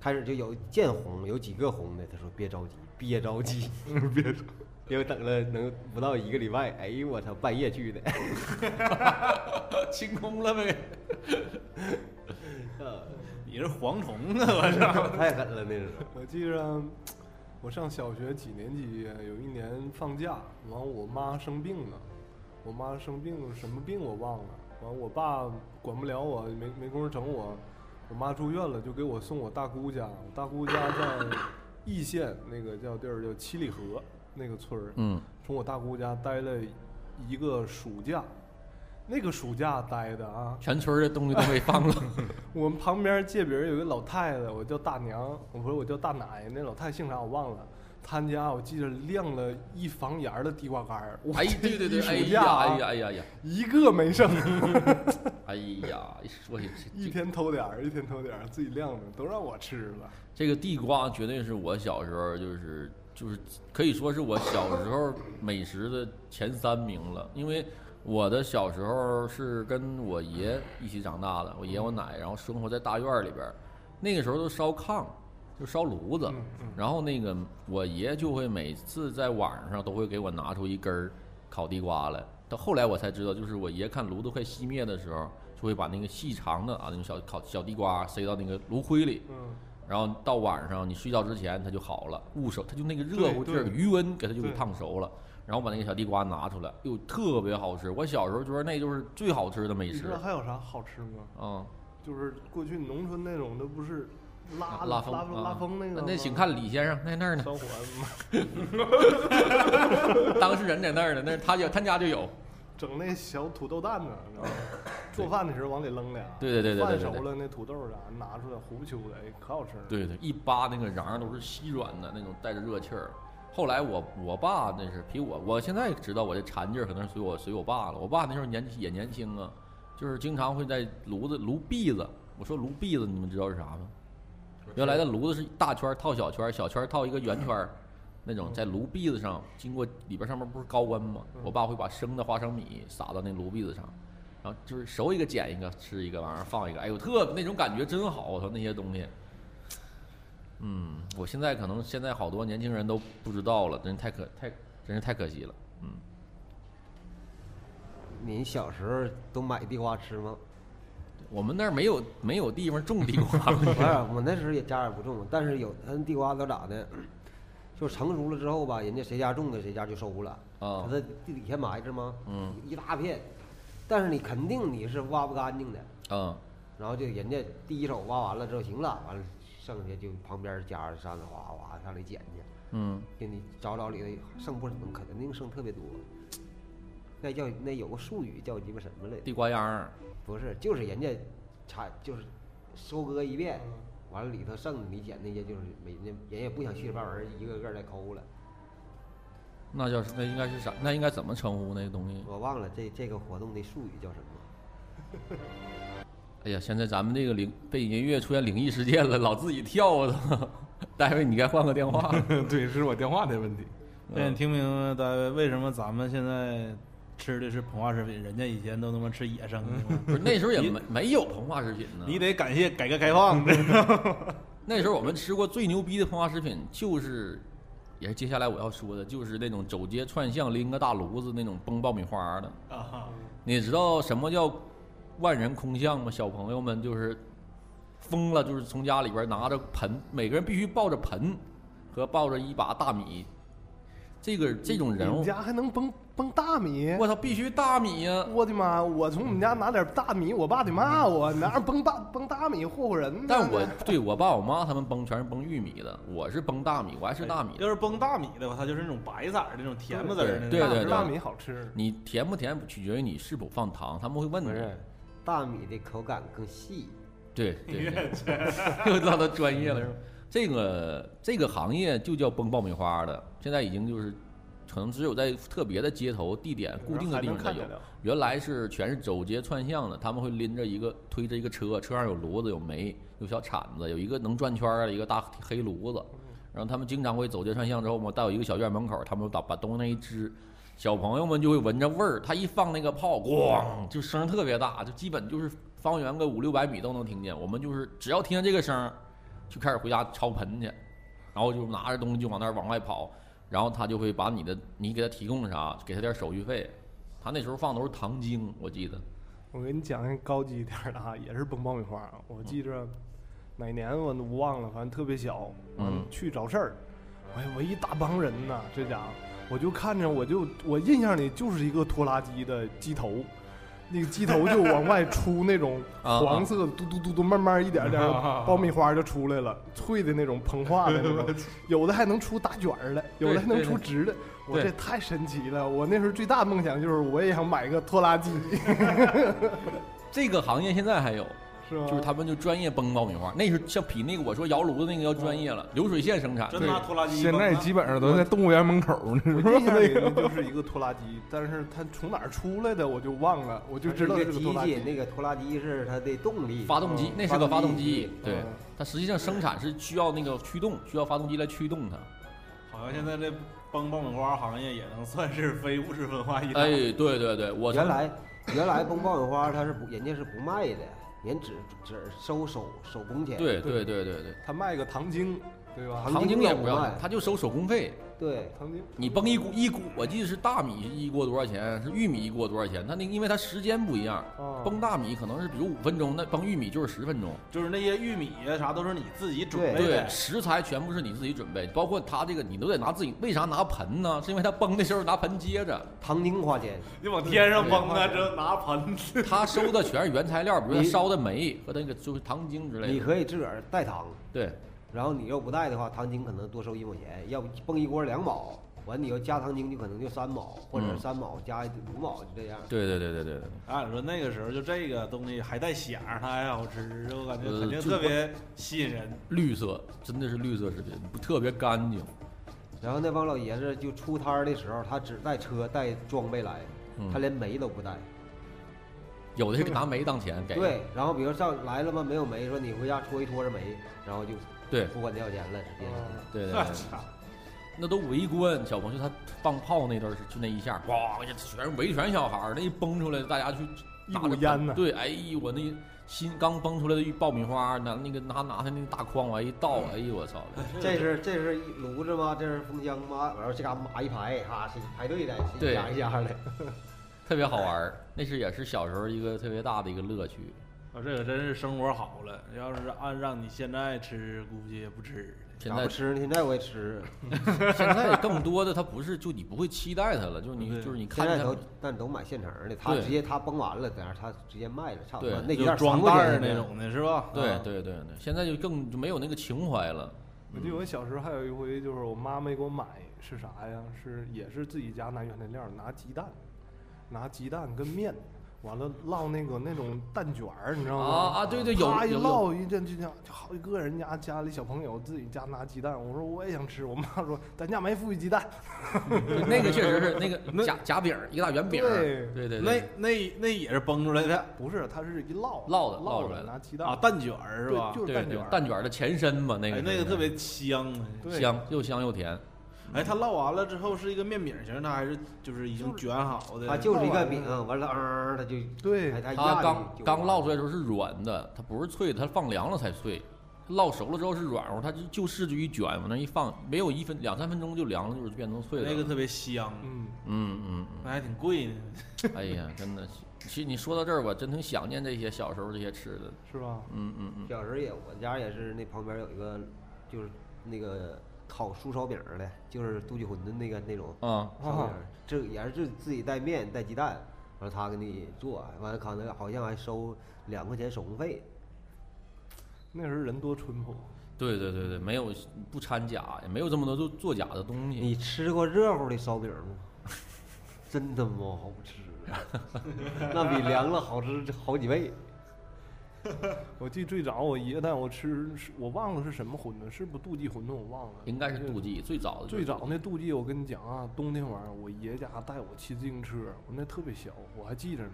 S3: 开始就有见红，有几个红的，他说别着急，别着急， 别着急，因为等了能不到一个礼拜，哎呦我操，半夜 去的，
S5: 清空了呗。
S1: 你是蝗虫啊！我
S5: 嗯
S1: 是
S3: 太狠了那时候。
S4: 我记着我上小学几年级有一年放假，完我妈生病了，我妈生病什么病我忘了，完我爸管不了我，没没工夫整我，我妈住院了就给我送我大姑家，我大姑家在易县那个叫地儿叫七里河那个村儿，
S5: 嗯，
S4: 从我大姑家待了一个暑假，那个暑假待的啊，
S5: 全村儿的东西都给放了，
S4: 我们旁边界饼有一个老太太，我叫大娘，我不是我叫大奶，那老太太姓啥我忘了。她家我记得晾了一房檐儿的地瓜干儿，我
S5: 哎，
S4: 这
S5: 对对
S4: 一
S5: 对，哎
S4: 暑
S5: 呀，
S4: 假啊、
S5: 哎呀，哎呀哎呀，
S4: 一个没剩，
S5: 哎呀，一说起这
S4: 一天偷点儿，一天偷点儿，自己晾的都让我吃了。
S5: 这个地瓜绝对是我小时候就是就是可以说是我小时候美食的前三名了，因为我的小时候是跟我爷一起长大的，我爷我奶，然后生活在大院儿里边儿，那个时候都烧炕，就烧炉子，然后那个我爷就会每次在晚上都会给我拿出一根儿烤地瓜来。到后来我才知道，就是我爷看炉子快熄灭的时候，就会把那个细长的啊那种小烤小地瓜塞到那个炉灰里，
S4: 嗯，
S5: 然后到晚上你睡觉之前它就好了，捂手，它就那个热乎劲儿，
S4: 对对
S5: 余温给它就给
S4: 对
S5: 烫熟了。然后把那个小地瓜拿出来，哟，特别好吃。我小时候觉得那就是最好吃的美
S4: 你
S5: 食
S4: 知道还有啥好吃吗？
S5: 啊、
S4: 就是过去农村那种的，不是拉
S5: 拉
S4: 风
S5: 风
S4: 拉
S5: 啊
S4: 拉风那个吗？
S5: 那请看李先生，在那儿呢，
S4: 烧火吗，
S5: 当事人在那儿呢，那他就他家就有。
S4: 整那小土豆蛋呢，你知 道吗？做饭的时候往里扔俩，
S5: 对对对对对
S4: 饭
S5: 对
S4: 熟
S5: 对
S4: 了那土豆儿啊，拿出来糊不秋的，哎，可好吃了。
S5: 对对，一扒那个瓤儿都是稀软的那种，带着热气儿。后来我我爸那是比我，我现在知道我这馋劲儿可能是随我随我爸了。我爸那时候年也年轻啊，就是经常会在炉子炉篦子，我说炉篦子你们知道是啥吗？原来的炉子是大圈儿套小圈儿，小圈儿套一个圆圈儿，那种在炉篦子上经过里边上面不是高温吗？我爸会把生的花生米撒到那炉篦子上，然后就是熟一个捡一个吃一个，完了放一个，哎呦特那种感觉真好，我操那些东西。嗯，我现在可能现在好多年轻人都不知道了，真太可太真是太可惜了。嗯，
S3: 你小时候都买地瓜吃吗？
S5: 我们那儿没有没有地方种地瓜，
S3: 不是，我那时候也家也不种，但是有他那地瓜都咋的，就是成熟了之后吧，人家谁家种的谁家就收了。
S5: 啊
S3: 他在地底下埋着吗？
S5: 嗯，
S3: 一大片，但是你肯定你是挖不干净的，
S5: 嗯，
S3: 然后就人家第一手挖完了之后行了，完了剩下就旁边家上那哗哗上来捡去，
S5: 嗯，
S3: 就你找找里头剩不少，肯定剩特别多。那叫那有个术语叫鸡巴什么来着？
S5: 地瓜秧儿，
S3: 不是，就是人家产就是收割一遍，
S4: 嗯
S3: 完了里头剩的你捡那些就是没人家人也不想去这帮人一个个再抠了，
S5: 那叫是那应该是啥？那应该怎么称呼那个东西？
S3: 我忘了这这个活动的术语叫什么。
S5: 哎呀，现在咱们这个灵背景音乐出现灵异事件了，老自己跳我操！ 大卫，你该换个电话。
S2: 对，是我电话的问题。
S1: 现在听明白大卫为什么咱们现在吃的是膨化食品，人家以前都他妈吃野生的吗？
S5: 不是那时候也没没有膨化食品呢。
S1: 你得感谢改革开 放，知道吗
S5: 那时候我们吃过最牛逼的膨化食品，就是也是接下来我要说的，就是那种走街串巷拎个大炉子那种崩爆米花的。
S1: 啊！
S5: 你知道什么叫万人空巷吗？小朋友们就是疯了，就是从家里边拿着盆，每个人必须抱着盆和抱着一把大米。这个这种
S4: 你
S5: 人
S4: 们
S5: 物，
S4: 家还能崩崩大米？
S5: 我操，必须大米呀、
S4: 我的妈！我从我们家拿点大米，我爸得骂我，哪儿崩大崩大米霍霍人呢？
S5: 但我对我爸我妈他们崩全是崩玉米的，我是崩大米，我爱吃大米。
S4: 哎
S1: 要是崩大米的话，它就是那种白色儿的那种甜不滋儿的。
S5: 对对对
S4: 大米好吃。
S5: 你甜不甜取决于你是否放糖，他们会问
S3: 不
S5: 你。
S3: 是，大米的口感更细，
S5: 对对对， 又到他专业了是吧？这个这个行业就叫崩爆米花的，现在已经就是可能只有在特别的街头地点固定的地方才
S4: 还能看
S5: 有
S4: 见了。
S5: 原来是全是走街串巷的，他们会拎着一个推着一个车，车上有骡子、有煤、有小铲子，有一个能转圈儿的一个大黑炉子。然后他们经常会走街串巷之后嘛，到一个小院门口，他们把把东西那一支，小朋友们就会闻着味儿。他一放那个炮，咣，就声儿特别大，就基本就是方圆个五六百米都能听见。我们就是只要听见这个声儿，就开始回家抄盆去，然后就拿着东西就往那儿往外跑。然后他就会把你的，你给他提供啥，给他点手续费。他那时候放的都是糖精，我记得。
S4: 我给你讲一个高级一点儿的哈，也是崩爆米花啊。我记着哪年我都忘了，反正特别小，完
S5: 嗯
S4: 去找事儿。哎呀，我一大帮人呐，这家伙，我就看着我就我印象里就是一个拖拉机的机头，那个鸡头就往外出那种
S5: 啊
S4: 黄色的，嘟嘟嘟嘟，慢慢一点点
S2: 啊
S4: 爆米花就出来了，脆的那种膨化的那种，有的还能出大卷儿的，有的还能
S2: 对对
S4: 出直的。我
S2: 对
S4: 这太神奇了！我那时候最大的梦想就是我也想买个拖拉机，
S5: 这个行业现在还有，
S4: 是吗？
S5: 就是他们就专业崩爆米花，那是像比那个我说摇炉子那个要专业了，流水线生产。
S1: 真拿拖拉机一
S2: 现在
S1: 蹦啊
S2: 基本上都在动物园门口呢，是
S4: 我
S2: 吧？
S4: 印象里那就是一个拖拉机，但是它从哪儿出来的我就忘了，我就知道
S3: 那
S4: 是
S3: 个
S4: 个
S3: 机
S4: 拖拉
S3: 器，
S4: 机。
S3: 那个拖拉机是它的动力，
S5: 发动机
S4: 嗯，
S5: 那是个
S3: 发
S5: 发
S3: 动
S5: 动
S3: 机
S5: 机，对
S4: 嗯，
S5: 它实际上生产是需要那个驱动，需要发动机来驱动它。
S1: 好像现在这崩爆米花行业也能算是非物质文化遗产。
S5: 哎，对对对，我
S3: 原来原来崩爆米花它是不人家是不卖的，人只只收手手工钱。
S5: 对对对对对，
S4: 他卖个糖精，对吧
S3: 糖？
S5: 糖精
S3: 精也
S5: 也
S3: 不
S5: 不要
S3: 卖，
S5: 他就收手工费。
S3: 对
S4: 糖精
S5: 你崩一锅一锅，我记得是大米一锅多少钱，是玉米一锅多少钱？它那因为它时间不一样，
S4: 啊，
S5: 崩大米可能是比如五分钟，那崩玉米就是十分钟。
S1: 就是那些玉米呀啥都是你自己准备
S5: 对
S1: 的，，
S5: 食材全部是你自己准备，包括它这个你都得拿自己。为啥拿盆呢？是因为它崩的时候拿盆接着，
S3: 糖精花钱，
S1: 你往天上崩啊，这拿盆子。
S5: 它收的全是原材料，比如它
S3: 你
S5: 烧的煤和那个就是糖精之类
S3: 你
S5: 的。
S3: 可以自个儿带糖，
S5: 对，
S3: 然后你要不带的话，糖精可能多收一毛钱，要不蹦一锅两毛，完你要加糖精就可能就三毛，或者是
S5: 嗯
S3: 三毛加五毛就这样。
S5: 对对对对对对。
S1: 按理说那个时候就这个东西还带响，它还好吃，我感觉
S5: 呃
S1: 肯定
S5: 就
S1: 特别吸引人。
S5: 绿色真的是绿色食品，不特别干净。
S3: 然后那帮老爷子就出摊儿的时候，他只带车带装备来，
S5: 嗯
S3: 他连煤都不带。
S5: 有的是拿煤当钱给，
S3: 对，然后比如上来了吗？没有煤，说你回家拖一拖着煤，然后就
S5: 对
S3: 不管多少钱了，直接
S4: 啊
S5: 对对
S1: 我
S5: 对，
S1: 操！
S5: 那都围观小朋友，他放炮那段儿是就那一下，咣，全是围全小孩儿，那一崩出来，大家去
S4: 一
S5: 打
S4: 股
S5: 着
S4: 烟
S5: 呢。
S4: 呢
S5: 对，哎呦我那新刚崩出来的一爆米花，拿那个拿拿他那个大筐往一倒，哎呦我操！
S3: 这是这是一炉子吗？这是风箱吗？完了这嘎码一排，哈，是排队的，是
S5: 对
S3: 一家一家的。
S5: 特别好玩儿，那是也是小时候一个特别大的一个乐趣。
S1: 啊，这个真是生活好了。要是按让你现在吃，估计也不吃了。
S5: 现
S3: 咋
S5: 在
S3: 不吃呢？现在我也吃，
S5: 现在更多的它不是就你不会期待它了，就是你
S1: 对
S5: 就是你
S3: 现
S5: 看
S3: 在
S5: 它
S3: 都但都买现成的，他
S5: 对
S3: 直接他崩完了，等下他直接卖了，差不多
S5: 对
S3: 那一袋
S1: 就装袋
S3: 块
S1: 儿
S3: 钱
S1: 那。种的是吧？
S5: 对
S1: 啊，
S5: 对对对，现在就更就没有那个情怀了。
S4: 我记得我小时候还有一回，就是我妈没给我买是啥呀？是也是自己家拿原材料，拿鸡蛋，拿鸡蛋跟面，完了烙那个那种蛋卷儿，你知道吗？
S5: 啊啊对对有
S4: 啪一
S5: 有有
S4: 烙一阵就像好几个人家家里小朋友自己家拿鸡蛋，我说我也想吃，我妈说咱家没富裕鸡蛋，
S5: 对那个确实是那个夹夹饼儿，一个大圆饼儿，
S4: 对
S5: 对对
S1: 那
S5: 对，
S1: 那那也是崩出来的
S4: 不是，它是一烙
S5: 烙的
S4: 烙
S5: 烙出来的
S4: 拿鸡蛋
S1: 啊，蛋卷儿是
S4: 对
S1: 吧？
S4: 就是
S5: 对
S4: 蛋
S5: 对
S4: 卷儿，
S5: 蛋卷儿的前身嘛，那
S1: 哎，
S5: 个是
S1: 那个特别香。
S4: 对
S5: 香，又香又甜。
S1: 哎，它烙完了之后是一个面饼型，它还是就是已经卷好的。
S3: 它就是一个饼，完了，嗯，他就
S4: 对
S3: 哎它
S5: 它
S3: 压
S5: 刚
S3: 就
S5: 刚烙出来的时候是软的，它不是脆的，它放凉了才脆。烙熟了之后是软乎，它就就适于卷，往那一放，没有一分两三分钟就凉了，就是变成脆的。
S1: 那个特别香，
S4: 嗯，
S5: 嗯嗯
S1: 那还挺贵呢。
S5: 嗯，哎呀，真的，其实你说到这儿，我真挺想念这些小时候这些吃的。
S4: 是吧？
S5: 嗯嗯嗯，
S3: 小时候也，我家也是那旁边有一个，就是那个烤酥烧饼儿的，就是杜记馄饨那个那种
S5: 啊、
S3: 烧饼儿，这也是自自己带面带鸡蛋，完了他给你做，完了可能好像还收两块钱手工费。
S4: 那时候人多淳朴，
S5: 对对对对，没有不掺假，也没有这么多做做假的东西。
S3: 你吃过热乎的烧饼吗？ 真他妈好吃，啊 那比凉了好吃好几倍。
S4: 我记得最早我爷带我吃，是我忘了是什么馄饨，是不是杜记馄饨？我忘了，
S5: 应该是杜。记最早的就是
S4: 最早那杜记，我跟你讲啊，冬天晚上我爷家带我骑自行车，我那特别小，我还记着呢。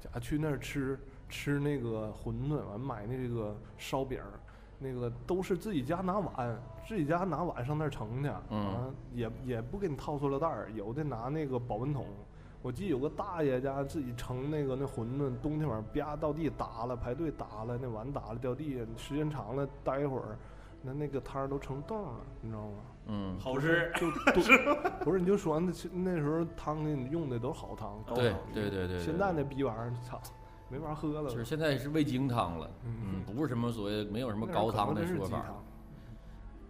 S4: 家去那儿吃吃那个馄饨，完买那个烧饼儿，那个都是自己家拿碗，自己家拿碗上那儿盛去，
S5: 嗯
S4: 啊，也也不给你套塑料袋儿，有的拿那个保温桶。我记得有个大爷家自己盛那个那馄饨，冬天晚上啪到地打了，排队打了，那碗打了掉地，时间长了待一会儿，那那个汤儿都成冻了，你知道吗？
S5: 嗯，
S1: 好吃，
S4: 就都不是，你就说那是那时候汤呢用的都是好汤，高
S5: 对
S4: 汤
S5: 对对对
S4: 现在那逼玩意儿，操，没法喝了。
S5: 就是现在是味精汤了，
S4: 嗯
S5: 嗯，不是什么所谓没有什么
S4: 那
S5: 高
S4: 可能
S5: 汤的
S4: 真是
S5: 说
S4: 鸡
S5: 法。
S4: 汤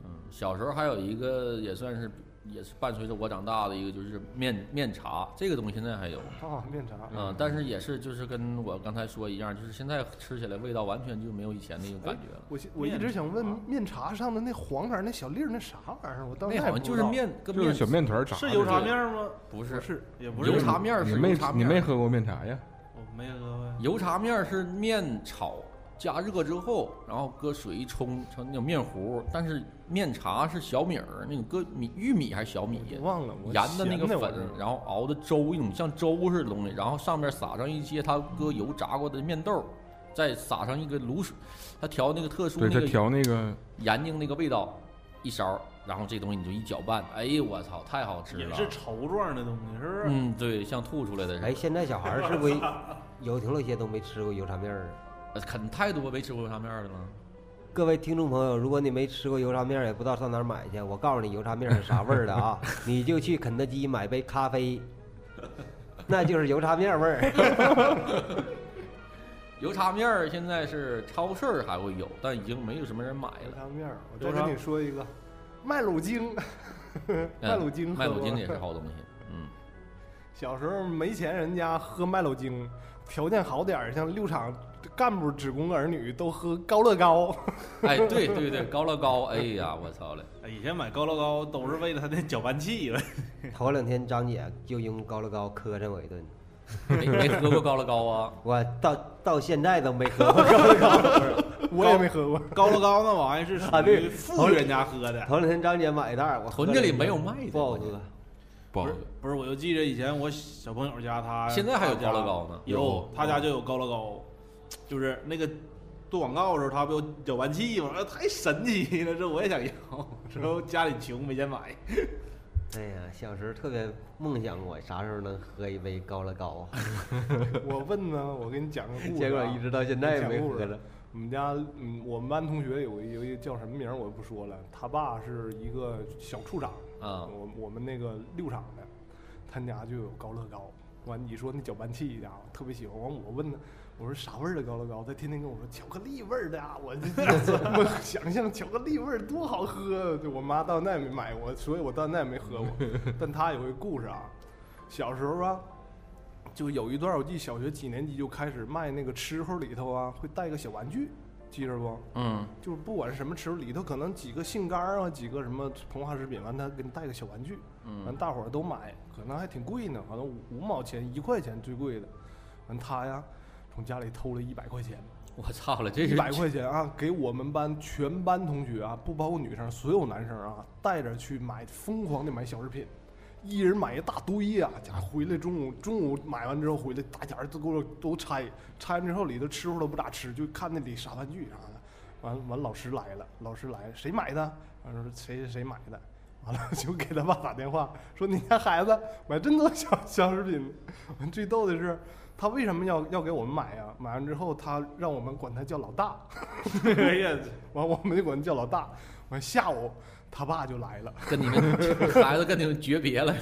S5: 嗯，小时候还有一个也算是也是伴随着我长大的一个就是面面茶这个东西现在还有，
S4: 啊，面茶。
S5: 嗯，但是也是就是跟我刚才说一样，就是现在吃起来味道完全就没有以前那种感觉了。
S4: 哎我现我一直想问面茶上的那黄色那小粒儿那啥玩意儿，我到
S5: 那
S4: 现
S5: 好
S4: 在
S5: 像
S4: 哎不
S5: 就
S4: 知
S5: 是
S4: 道，
S5: 面跟
S2: 就是
S5: 面
S2: 小面团儿炸的。
S1: 是油茶面儿吗？
S5: 不是
S1: 不是，也不是
S5: 油
S1: 油
S5: 茶
S1: 茶，
S5: 面儿
S2: 你
S5: 是
S2: 没
S5: 油茶
S2: 你
S5: 面儿，
S2: 没喝过面茶呀？
S1: 我没啊喝呗。
S5: 油茶面儿是面炒加热之后，然后搁水一冲成那种面糊，但是面茶是小米儿那种搁米玉米还是小米
S4: 我忘了我
S5: 研的那个
S4: 咸的我
S5: 粉
S4: 知道，
S5: 然后熬的粥一种像粥似的东西，然后上面撒上一些他搁油炸过的面豆儿，再撒上一个卤水，他调那个特殊
S2: 对，
S5: 那
S2: 他
S5: 个
S2: 调那个
S5: 盐睛那个味道，一勺儿，然后这东西你就一搅拌，哎呦我操，太好吃
S1: 也
S5: 了！
S1: 是稠状的东西，是不是？
S5: 嗯， 对，像吐出来的似的
S3: 哎，。现在小孩儿是不是有挺多些都没吃过油炸面儿？啊
S5: 呃啃太多没吃过油炸面儿的了。
S3: 各位听众朋友，如果你没吃过油炸面儿，也不知道上哪儿买去，我告诉你油炸面儿是啥味儿的 啊！你就去肯德基买杯咖 啡，那就是油炸面儿味儿。
S5: 油茶面儿现在是超市儿还会有，但已经没有什么人买
S4: 油
S5: 了。
S4: 茶面儿。我
S1: 油
S4: 再
S1: 茶
S4: 跟你说一个，麦乳精， 麦
S5: 嗯
S4: 乳精喝过，
S5: 麦乳精也是好东西。嗯，
S4: 小时候没钱人家喝麦乳精，条件好点儿，像六厂干部职工儿女都喝高乐高。
S5: 哎，对对对，高乐高，哎呀，我操嘞！
S1: 哎以前买高乐高都是为了它那搅拌器呗。
S3: 头两天张姐就用高乐高磕碜我一顿，
S5: 没没喝过高乐高啊？
S3: 我到到现在都没喝过 高乐高。
S4: 我也没喝过，
S1: 高乐高那玩意儿是
S3: 啊
S1: 属
S3: 对
S1: 于富裕人家喝的，
S3: 头两天张姐买一袋儿，我喝
S5: 屯子
S3: 了
S5: 里
S3: 一
S5: 没
S3: 顿
S5: 有卖的
S3: 不好
S5: 关键
S3: 喝。
S2: 不好
S1: 不是不是，我就记着以前我小朋友家他
S5: 现在还有
S1: 他家
S5: 高乐高呢
S1: 有
S5: 有
S1: 他家就有高乐高，就是那个做广告的时候他不有搅拌器吗？哎太神奇了，这我也想 要。之后家里穷没钱买，
S3: 哎呀，小时候特别梦想过啥时候能喝一杯高乐高，啊
S4: 我问呢，我给你讲个故事、啊。
S3: 结果一直到现在也没喝了。
S4: 我们家，嗯，我们班同学有一有一个叫什么名儿我不说了，他爸是一个小处长
S5: 啊
S4: 我我们那个六厂的，他家就有高乐高。完，你说那搅拌器家伙特别喜欢。完，我问他，我说啥味儿的高乐高？他天天跟我说巧克力味儿的、啊，我就我想象巧克力味儿多好喝。对我妈到现在没买过，所以我到现在没喝过。但他有一个故事啊，小时候啊，就有一段儿，我记小学几年级就开始卖那个吃乎里头啊，会带个小玩具，记着不？
S5: 嗯，
S4: 就是不管是什么吃乎里头，可能几个杏干儿啊，几个什么膨化食品，完他给你带个小玩具，
S5: 嗯
S4: 完大伙儿都买，可能还挺贵呢，好像五五毛钱、一块钱最贵的，完他呀从家里偷了一百块钱，
S5: 我操了，这
S4: 一
S5: 是
S4: 百块钱啊，给我们班全班同学啊，不包括女生，所有男生啊，带着去买，疯狂的买小食品，一人买一大堆啊，家回来中午中午买完之后回来，大家都给我都拆，拆完之后里头吃乎都不咋吃，就看那里啥玩具啥的，完完老师来了，老师来了，谁买的？完了说谁谁谁买的？完了就给他爸打电话说：“你家孩子买真多小小食品。”完最逗的是，他为什么要要给我们买呀、买完之后，他让我们管他叫老大，
S1: 哎呀，
S4: 完我们就管他叫老大。完下午他爸就来了，
S5: 跟你们 孩子跟你们诀别了。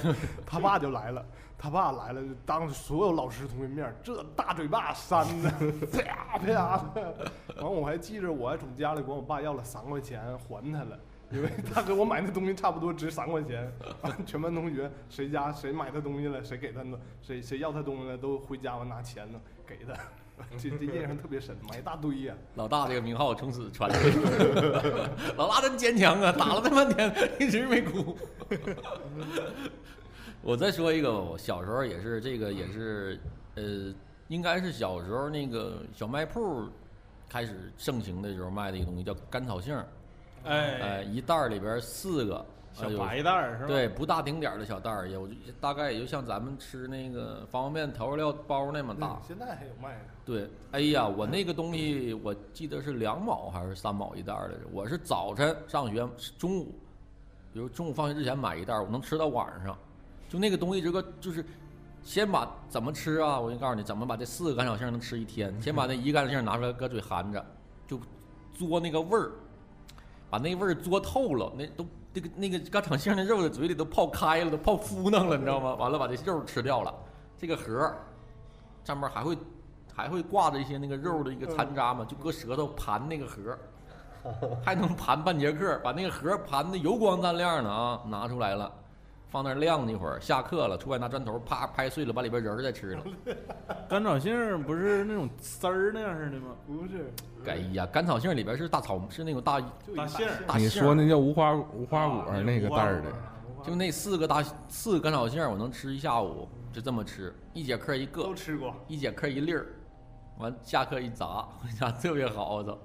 S4: 他爸就来了，他爸来了，当着所有老师同学面儿，这大嘴巴扇的，啪啪的。完我还记着，我还从家里管我爸要了三块钱还他了。因为他给我买的东西差不多值三块钱，完全班同学谁家谁买他东西了，谁给他呢，谁谁要他东西了，都回家完拿钱呢给他，这这印象特别深，买一大堆呀、
S5: 老大这个名号从此传出去。老大真坚强啊，打了这么半天一直没哭。我再说一个吧，我小时候也是这个也是，呃，应该是小时候那个小卖铺开始盛行的时候卖的一个东西叫甘草杏儿，
S1: 哎，
S5: 呃，一袋儿里边儿四个，
S1: 小
S5: 哎呦
S1: 白袋儿是吧？
S5: 对，不大顶点儿的小袋儿，也我就大概也就像咱们吃那个方便面调味料包那么大。
S4: 嗯现在还有卖的。
S5: 对，哎呀，我那个东西我记得是两毛还是三毛一袋儿来着。我是早晨上学，中午，比如中午放学之前买一袋儿，我能吃到晚上。就那个东西，这个就是先把怎么吃啊？我就告诉你怎么把这四个干小杏能吃一天。先把那一个干小杏拿出来，搁嘴含着，就嘬那个味儿，把那味儿嘬透了，那都那个那个干小杏的肉在嘴里都泡开了，都泡敷弄了，你知道吗？完了把这肉吃掉了，这个核儿上面还会还会挂着一些那个肉的一个残渣嘛，就搁舌头盘那个核儿。还能盘半节课，把那个盒盘的油光锃亮的啊，拿出来了，放那儿晾一会儿，下课了出来拿砖头啪拍碎了，把里边仁儿再吃了。
S1: 干草杏儿不是那种丝儿那样似的吗？
S4: 不是，
S5: 哎呀，甘草杏里边是大草，是那种大
S4: 就一
S1: 大杏儿
S5: 大
S2: 你
S5: 杏儿
S2: 说那叫无花无花果
S1: 哎
S4: 啊
S2: 儿那个袋儿的，
S4: 无花
S5: 就那四个大四个甘草杏儿，我能吃一下午，就这么吃，一节课一个
S4: 都，吃过，
S5: 一节课一粒儿，完下课一砸， 回家特别好，我操！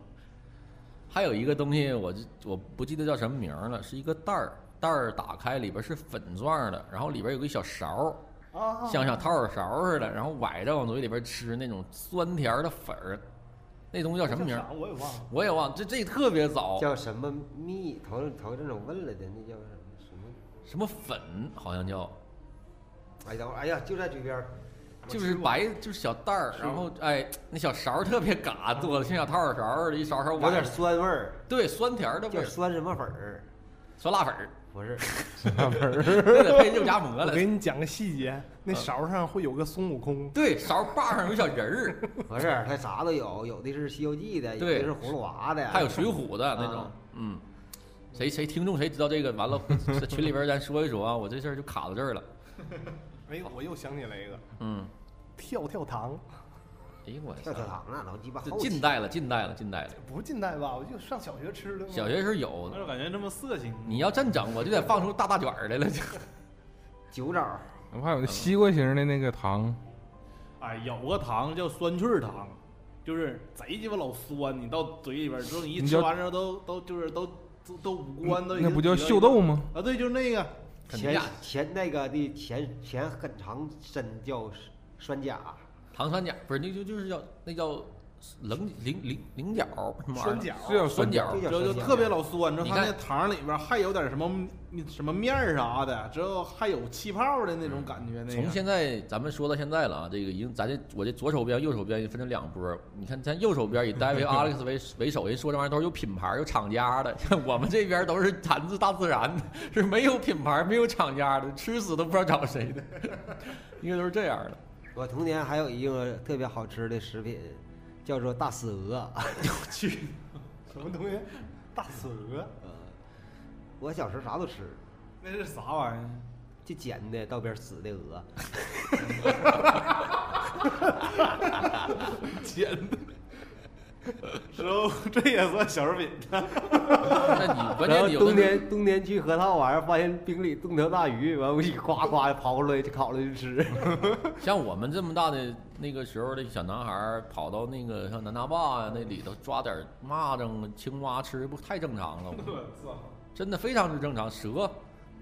S5: 还有一个东西，我就我不记得叫什么名儿了，是一个袋儿，袋儿打开里边是粉状的，然后里边有个小勺儿，
S4: 啊
S5: 像小掏耳勺似的，然后崴着往嘴里边吃那种酸甜儿的粉儿，那东西叫什么名儿？
S4: 我也忘了。
S5: 我也忘，这这特别早，
S3: 叫什么蜜？头头阵总问了的，那叫什么什么？
S5: 什么粉好像叫，
S3: 哎，等会儿，哎呀，就在嘴边儿。
S5: 就是白就是小袋儿，然后哎那小勺儿特别嘎，做的像小掏耳勺似的，一勺勺
S3: 有
S5: 崴
S3: 点
S5: 着，
S3: 酸味儿，
S5: 对酸甜儿的味
S3: 叫
S5: 儿，
S3: 酸什么粉儿？
S5: 酸辣粉儿，
S3: 不是，
S5: 那得配肉夹馍
S4: 我
S5: 了哦
S4: 给。你讲个细节，那勺上会有个孙悟空，
S5: 对，勺把上有小人儿，
S3: 不是，它啥都有，有的是《西游记》的，有
S5: 对
S3: 的是《葫芦娃》的，
S5: 还有《水浒》的那种
S3: 啊，
S5: 嗯，谁谁听众谁知道这个？完了，在群里边咱说一说啊，我这事儿就卡到这儿了，
S4: 哎，我又想起来一个
S5: 嗯，
S4: 跳跳糖，
S5: 哎呦我
S3: 跳
S5: 操！
S3: 跳糖啊，老鸡巴
S5: 这
S3: 好奇
S5: 近代了，近代了，近代了。
S4: 不是近代吧？我就上小学吃的嘛。
S5: 小学时候
S1: 但
S5: 有，
S1: 是感觉这么色情。
S5: 你要真整，我就得放出大大卷儿来了。就
S3: 酒枣儿，
S2: 我还有那西瓜型的那个糖，
S1: 哎，有个糖叫酸脆儿糖，就是贼鸡巴老酸，你到嘴里边儿之后，你一
S2: 你
S1: 吃
S2: 叫
S1: 完之后都都就是都都都五官
S3: 嗯
S1: 都已
S2: 那
S1: 经
S2: 不叫
S1: 提到
S2: 秀
S1: 一个
S2: 豆吗？
S1: 啊？对，就是那个
S5: 肯定啊
S3: 前
S5: 呀
S3: 前那个的前前很长身叫酸甲，
S5: 糖酸角不是，那就就是叫那叫棱菱菱菱角什么玩
S4: 酸
S5: 意儿？
S4: 角，
S2: 是叫
S5: 酸
S2: 酸
S5: 角
S2: 角，
S3: 这叫
S1: 就就
S3: 酸
S1: 特别
S3: 老。
S1: 老酸，之后
S5: 你
S1: 它
S5: 看
S1: 那糖里边儿还有点什么什么面儿啥的，之后还有气泡的那种感觉。那
S5: 从
S1: 个
S5: 现在咱们说到现在了啊，这个已经咱这我这左手边、右手边分成两波。你看，咱右手边以 David Alex 为为首，人说这玩意儿都是有品牌、有厂家的， 我们这边都是产自大自然的，是没有品牌、没有厂家的，吃死都不知道找谁的， 应该都是这样 的。
S3: 我童年还有一个特别好吃的食品，叫做大死鹅。
S4: 什么东西？大死鹅，
S3: 我小时候啥都吃，
S1: 那是啥玩意儿？
S3: 就捡的道边死的鹅，
S1: 之
S4: 哦
S1: 后这也算小食品。
S5: 那你关
S3: 然
S5: 键
S3: 后
S5: 你有
S3: 冬
S5: 的
S3: 天冬天去河套玩，发现冰里冻条大鱼，完我一夸夸刨出来就烤了就 吃。
S5: 像我们这么大的那个时候的小男孩儿，跑到那个像南大坝呀那里头抓点儿蚂蚱、青蛙吃，不太正常了吗？
S1: 我操！
S5: 真的非常之正常。蛇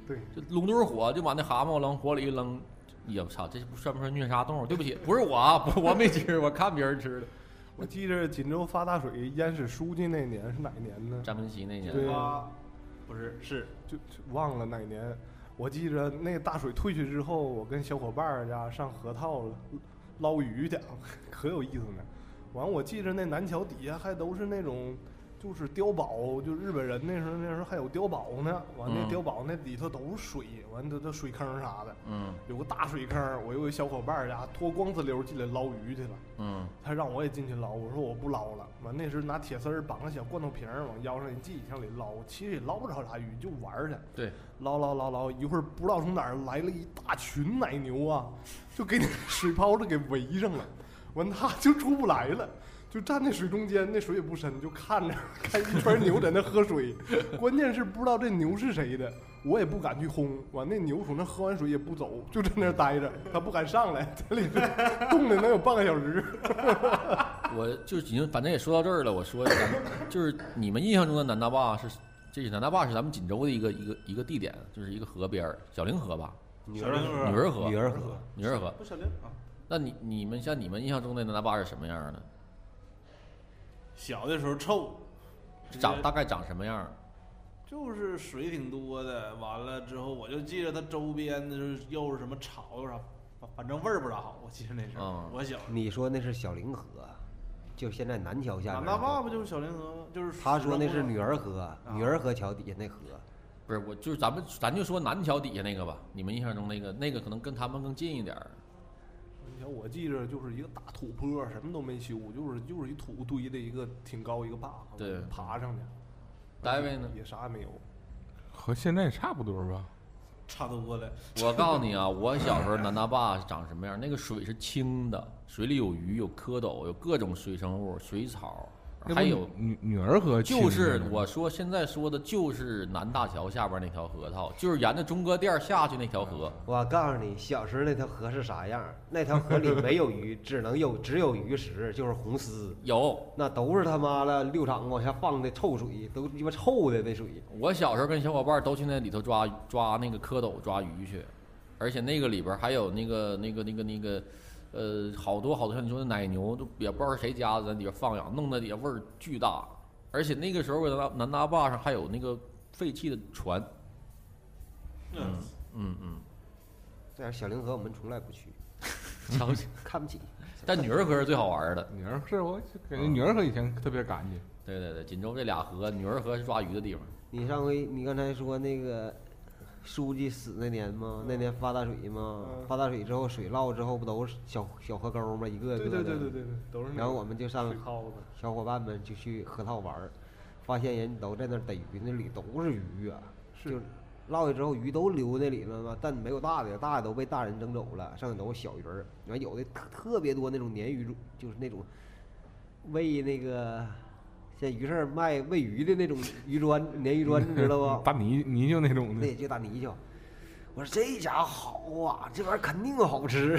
S4: 对，
S5: 就拢堆儿火，就把那蛤蟆往火里一扔，也不操，这不算不算虐杀动物？对不起，不是我啊， 不我没吃，我看别人吃的。
S4: 我记着锦州发大水，淹死书记那年是哪一年呢？
S5: 詹姆斯奇那年，
S4: 对
S1: 啊，不是是
S4: 就就忘了哪年。我记着那个大水退去之后，我跟小伙伴儿家上河套了捞鱼去，啊 可有意思呢。完，我记着那南桥底下还都是那种，就是碉堡，就日本人那时候那时候还有碉堡呢。完，那
S5: 嗯
S4: 碉堡那里头都是水，完都都水坑啥的，
S5: 嗯
S4: 有个大水坑。我有一小伙伴儿家脱光子溜进来捞鱼去了，
S5: 嗯，
S4: 他让我也进去捞，我说我不捞了。完那时候拿铁丝儿绑个小罐头瓶儿往腰上一系，上里捞，其实也捞不着啥鱼，就玩儿去。
S5: 对，
S4: 捞捞捞捞，一会儿不知道从哪儿来了一大群奶牛啊，就给那水泡子给围上了，完他就出不来了，就站在水中间，那水也不深，就看着看一圈牛在那喝水，关键是不知道这牛是谁的，我也不敢去轰，完那牛从那喝完水也不走，就在那儿待着，他不敢上来，在里边冻的能有半个小时，
S5: 我就已经反正也说到这儿了。我说咱们就是你们印象中的南大坝是，这是南大坝是咱们锦州的一个一个一个地点，就是一个河边儿，小凌河吧，
S3: 女
S1: 小人
S3: 儿
S5: 女
S1: 儿
S5: 儿河，
S3: 女儿河，
S5: 女儿河。
S1: 不小林啊。
S5: 那你你们像你们印象中的南大坝是什么样的？
S1: 小的时候臭，
S5: 长大概长什么样儿？
S1: 就是水挺多的，完了之后我就记着它周边的就是又是什么草又是啥，反反正味儿不咋好。我记着那时候
S5: 嗯，
S1: 我小时候
S3: 你说那是小凌河，就现在南桥下
S1: 满
S3: 面。
S1: 大坝不就是啊小凌河吗？就是
S3: 他说那是
S1: 女。
S3: 女儿河，女儿河桥底下那河，
S5: 不是我，就是咱们咱就说南桥底下那个吧，你们印象中那个那个可能跟他们更近一点儿。
S4: 你瞧，我记着就是一个大土坡，什么都没修，就是就是一土堆的一个挺高一个坝，
S5: 对
S4: 爬上去。
S5: 大卫呢？
S4: 也啥也没有，
S2: 和现在差不多吧？
S1: 差多了。
S5: 我告诉你啊， 我小时候南大坝长什么样？那个水是清的，水里有鱼，有蝌蚪，有各种水生物、水草，
S2: 那不
S5: 还有
S2: 女女儿河亲
S5: 就
S2: 的
S5: 是
S2: 吗
S5: 我说现在说的，就是南大桥下边那条河套，就是沿着中哥店下去那条河。
S3: 我告诉你，小时候那条河是啥样儿？那条河里没有鱼，只能有只有鱼食，就是红丝，
S5: 有，
S3: 那都是他妈的六厂往下放的臭水，都鸡巴臭的那水。
S5: 我小时候跟小伙伴都去那里头抓抓那个蝌蚪、抓鱼去，而且那个里边还有那个那个那个那个，呃，好多好多像你说的奶牛，都也不知道是谁家的，在里边放养，弄的底下味儿巨大。而且那个时候南南大坝上还有那个废弃的船，
S1: 嗯，
S5: 嗯嗯，
S3: 这样小凌河我们从来不去，
S5: 瞧
S3: 看不起。
S5: 但女儿河是最好玩的。
S2: 女儿是我就
S5: 嗯
S2: 感觉女儿河以前特别干净，
S5: 对对对，锦州这俩河，女儿河是抓鱼的地方。
S3: 你上回你刚才说那个书记死那年吗？那年发大水吗？
S4: 嗯
S3: 发大水之后水涝之后不都是小小河沟吗？一个
S4: 对
S3: 个
S4: 对
S3: 的。
S4: 对对对对，都是那
S3: 然后
S4: 个
S3: 我们就上
S4: 水泡子。
S3: 小伙伴们就去河套玩儿，发现人都在那儿逮鱼，那里都是鱼啊，
S4: 是
S3: 就落下之后鱼都留那里了嘛，但没有大的，大的都被大人整走了，剩下都是小鱼儿，完有的特特别多那种鲶鱼种，就是那种喂那个。现在鱼市卖喂鱼的那种鱼砖，鲶鱼砖，你知道 不？
S2: 大泥泥鳅那种
S3: 那
S2: 的
S3: 也，就大泥鳅。我说这家伙好啊，这玩意儿肯定好吃。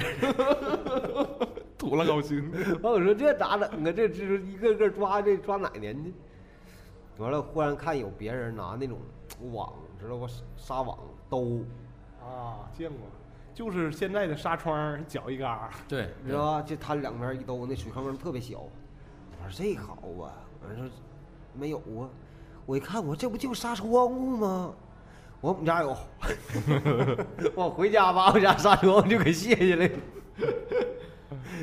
S2: 吐了高 兴。
S3: 完我说这咋整啊？这这一个个抓这抓哪年去？完了，忽然看有别人拿那种网，知道不？纱网兜，
S4: 啊，见过，就是现在的纱窗绞一嘎儿，
S5: 对，
S3: 你知道吧？就摊两边一兜，那水坑坑特别小。我说这好啊，我说没有啊。我一看，我说这不就是纱窗户吗？我说我们家有， 我回家把我家纱窗户就给卸下来了。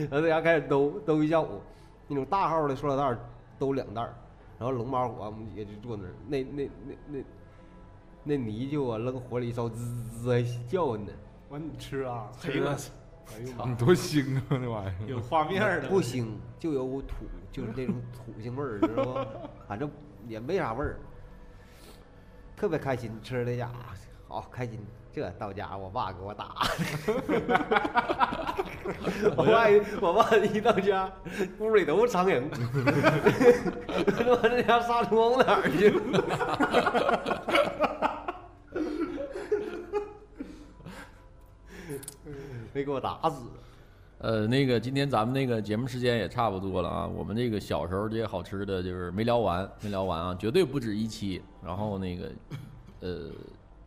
S3: 然后在家开始兜兜一下午，那种大号的塑料袋儿兜两袋儿，然后龙猫火我们也就坐那儿，那那那那那泥鳅啊扔火里一烧，滋滋滋还叫呢。
S4: 完你吃啊，
S1: 哎
S4: 吃
S1: 呦
S4: 啊
S1: 我，
S4: 哎呦
S2: 你多腥啊那玩意
S1: 有画面的，
S3: 不腥，就有土，就是那种土腥味儿，知道不？反正也没啥味儿，特别开心吃的家，好开心。这到家我爸给我打， 我爸一我爸一到家，屋里都是苍蝇， 他妈那家纱窗往哪儿去了？ 没给我打死，
S5: 呃，那个今天咱们那个节目时间也差不多了啊，我们这个小时候这些好吃的就是没聊完，没聊完啊，绝对不止一期。然后那个，呃，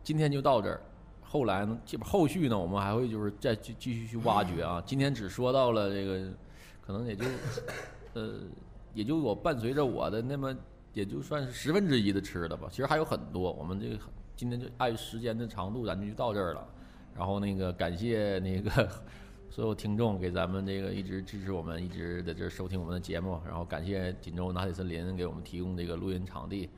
S5: 今天就到这儿。后来呢，这后呃续呢，我们还会就是再继继续去挖掘啊。今天只说到了这个，可能也就，呃，也就我伴随着我的那么也就算是十分之一的吃的吧。其实还有很多，我们这个今天就碍于时间的长度，咱们就到这儿了。然后那个感谢那个所有听众给咱们这个一直支持我们，一直在这儿收听我们的节目，然后感谢锦州拿铁森林给我们提供这个录音场地。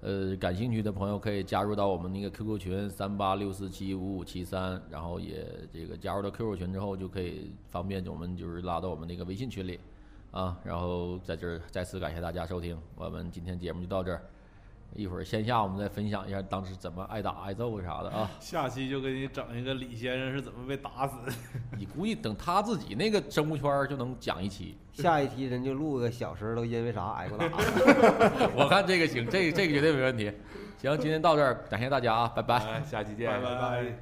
S5: 呃，感兴趣的朋友可以加入到我们那个 QQ 群三八六四七五五七三，然后也这个加入到 QQ 群之后，就可以方便我们就是拉到我们那个微信群里啊。然后在这儿再次感谢大家收听，我们今天节目就到这儿。一会儿线下我们再分享一下当时怎么挨打挨揍啥的啊。
S1: 下期就给你整一个李先生是怎么被打死的。
S5: 你估计等他自己那个生物圈儿就能讲一期。
S3: 下一期人就录个小时候都因为啥挨过打。
S5: 我看这个行，这个、这个绝对没问题。行，今天到这儿，感谢大家啊，拜拜。
S2: 哎儿。下期
S1: 拜拜。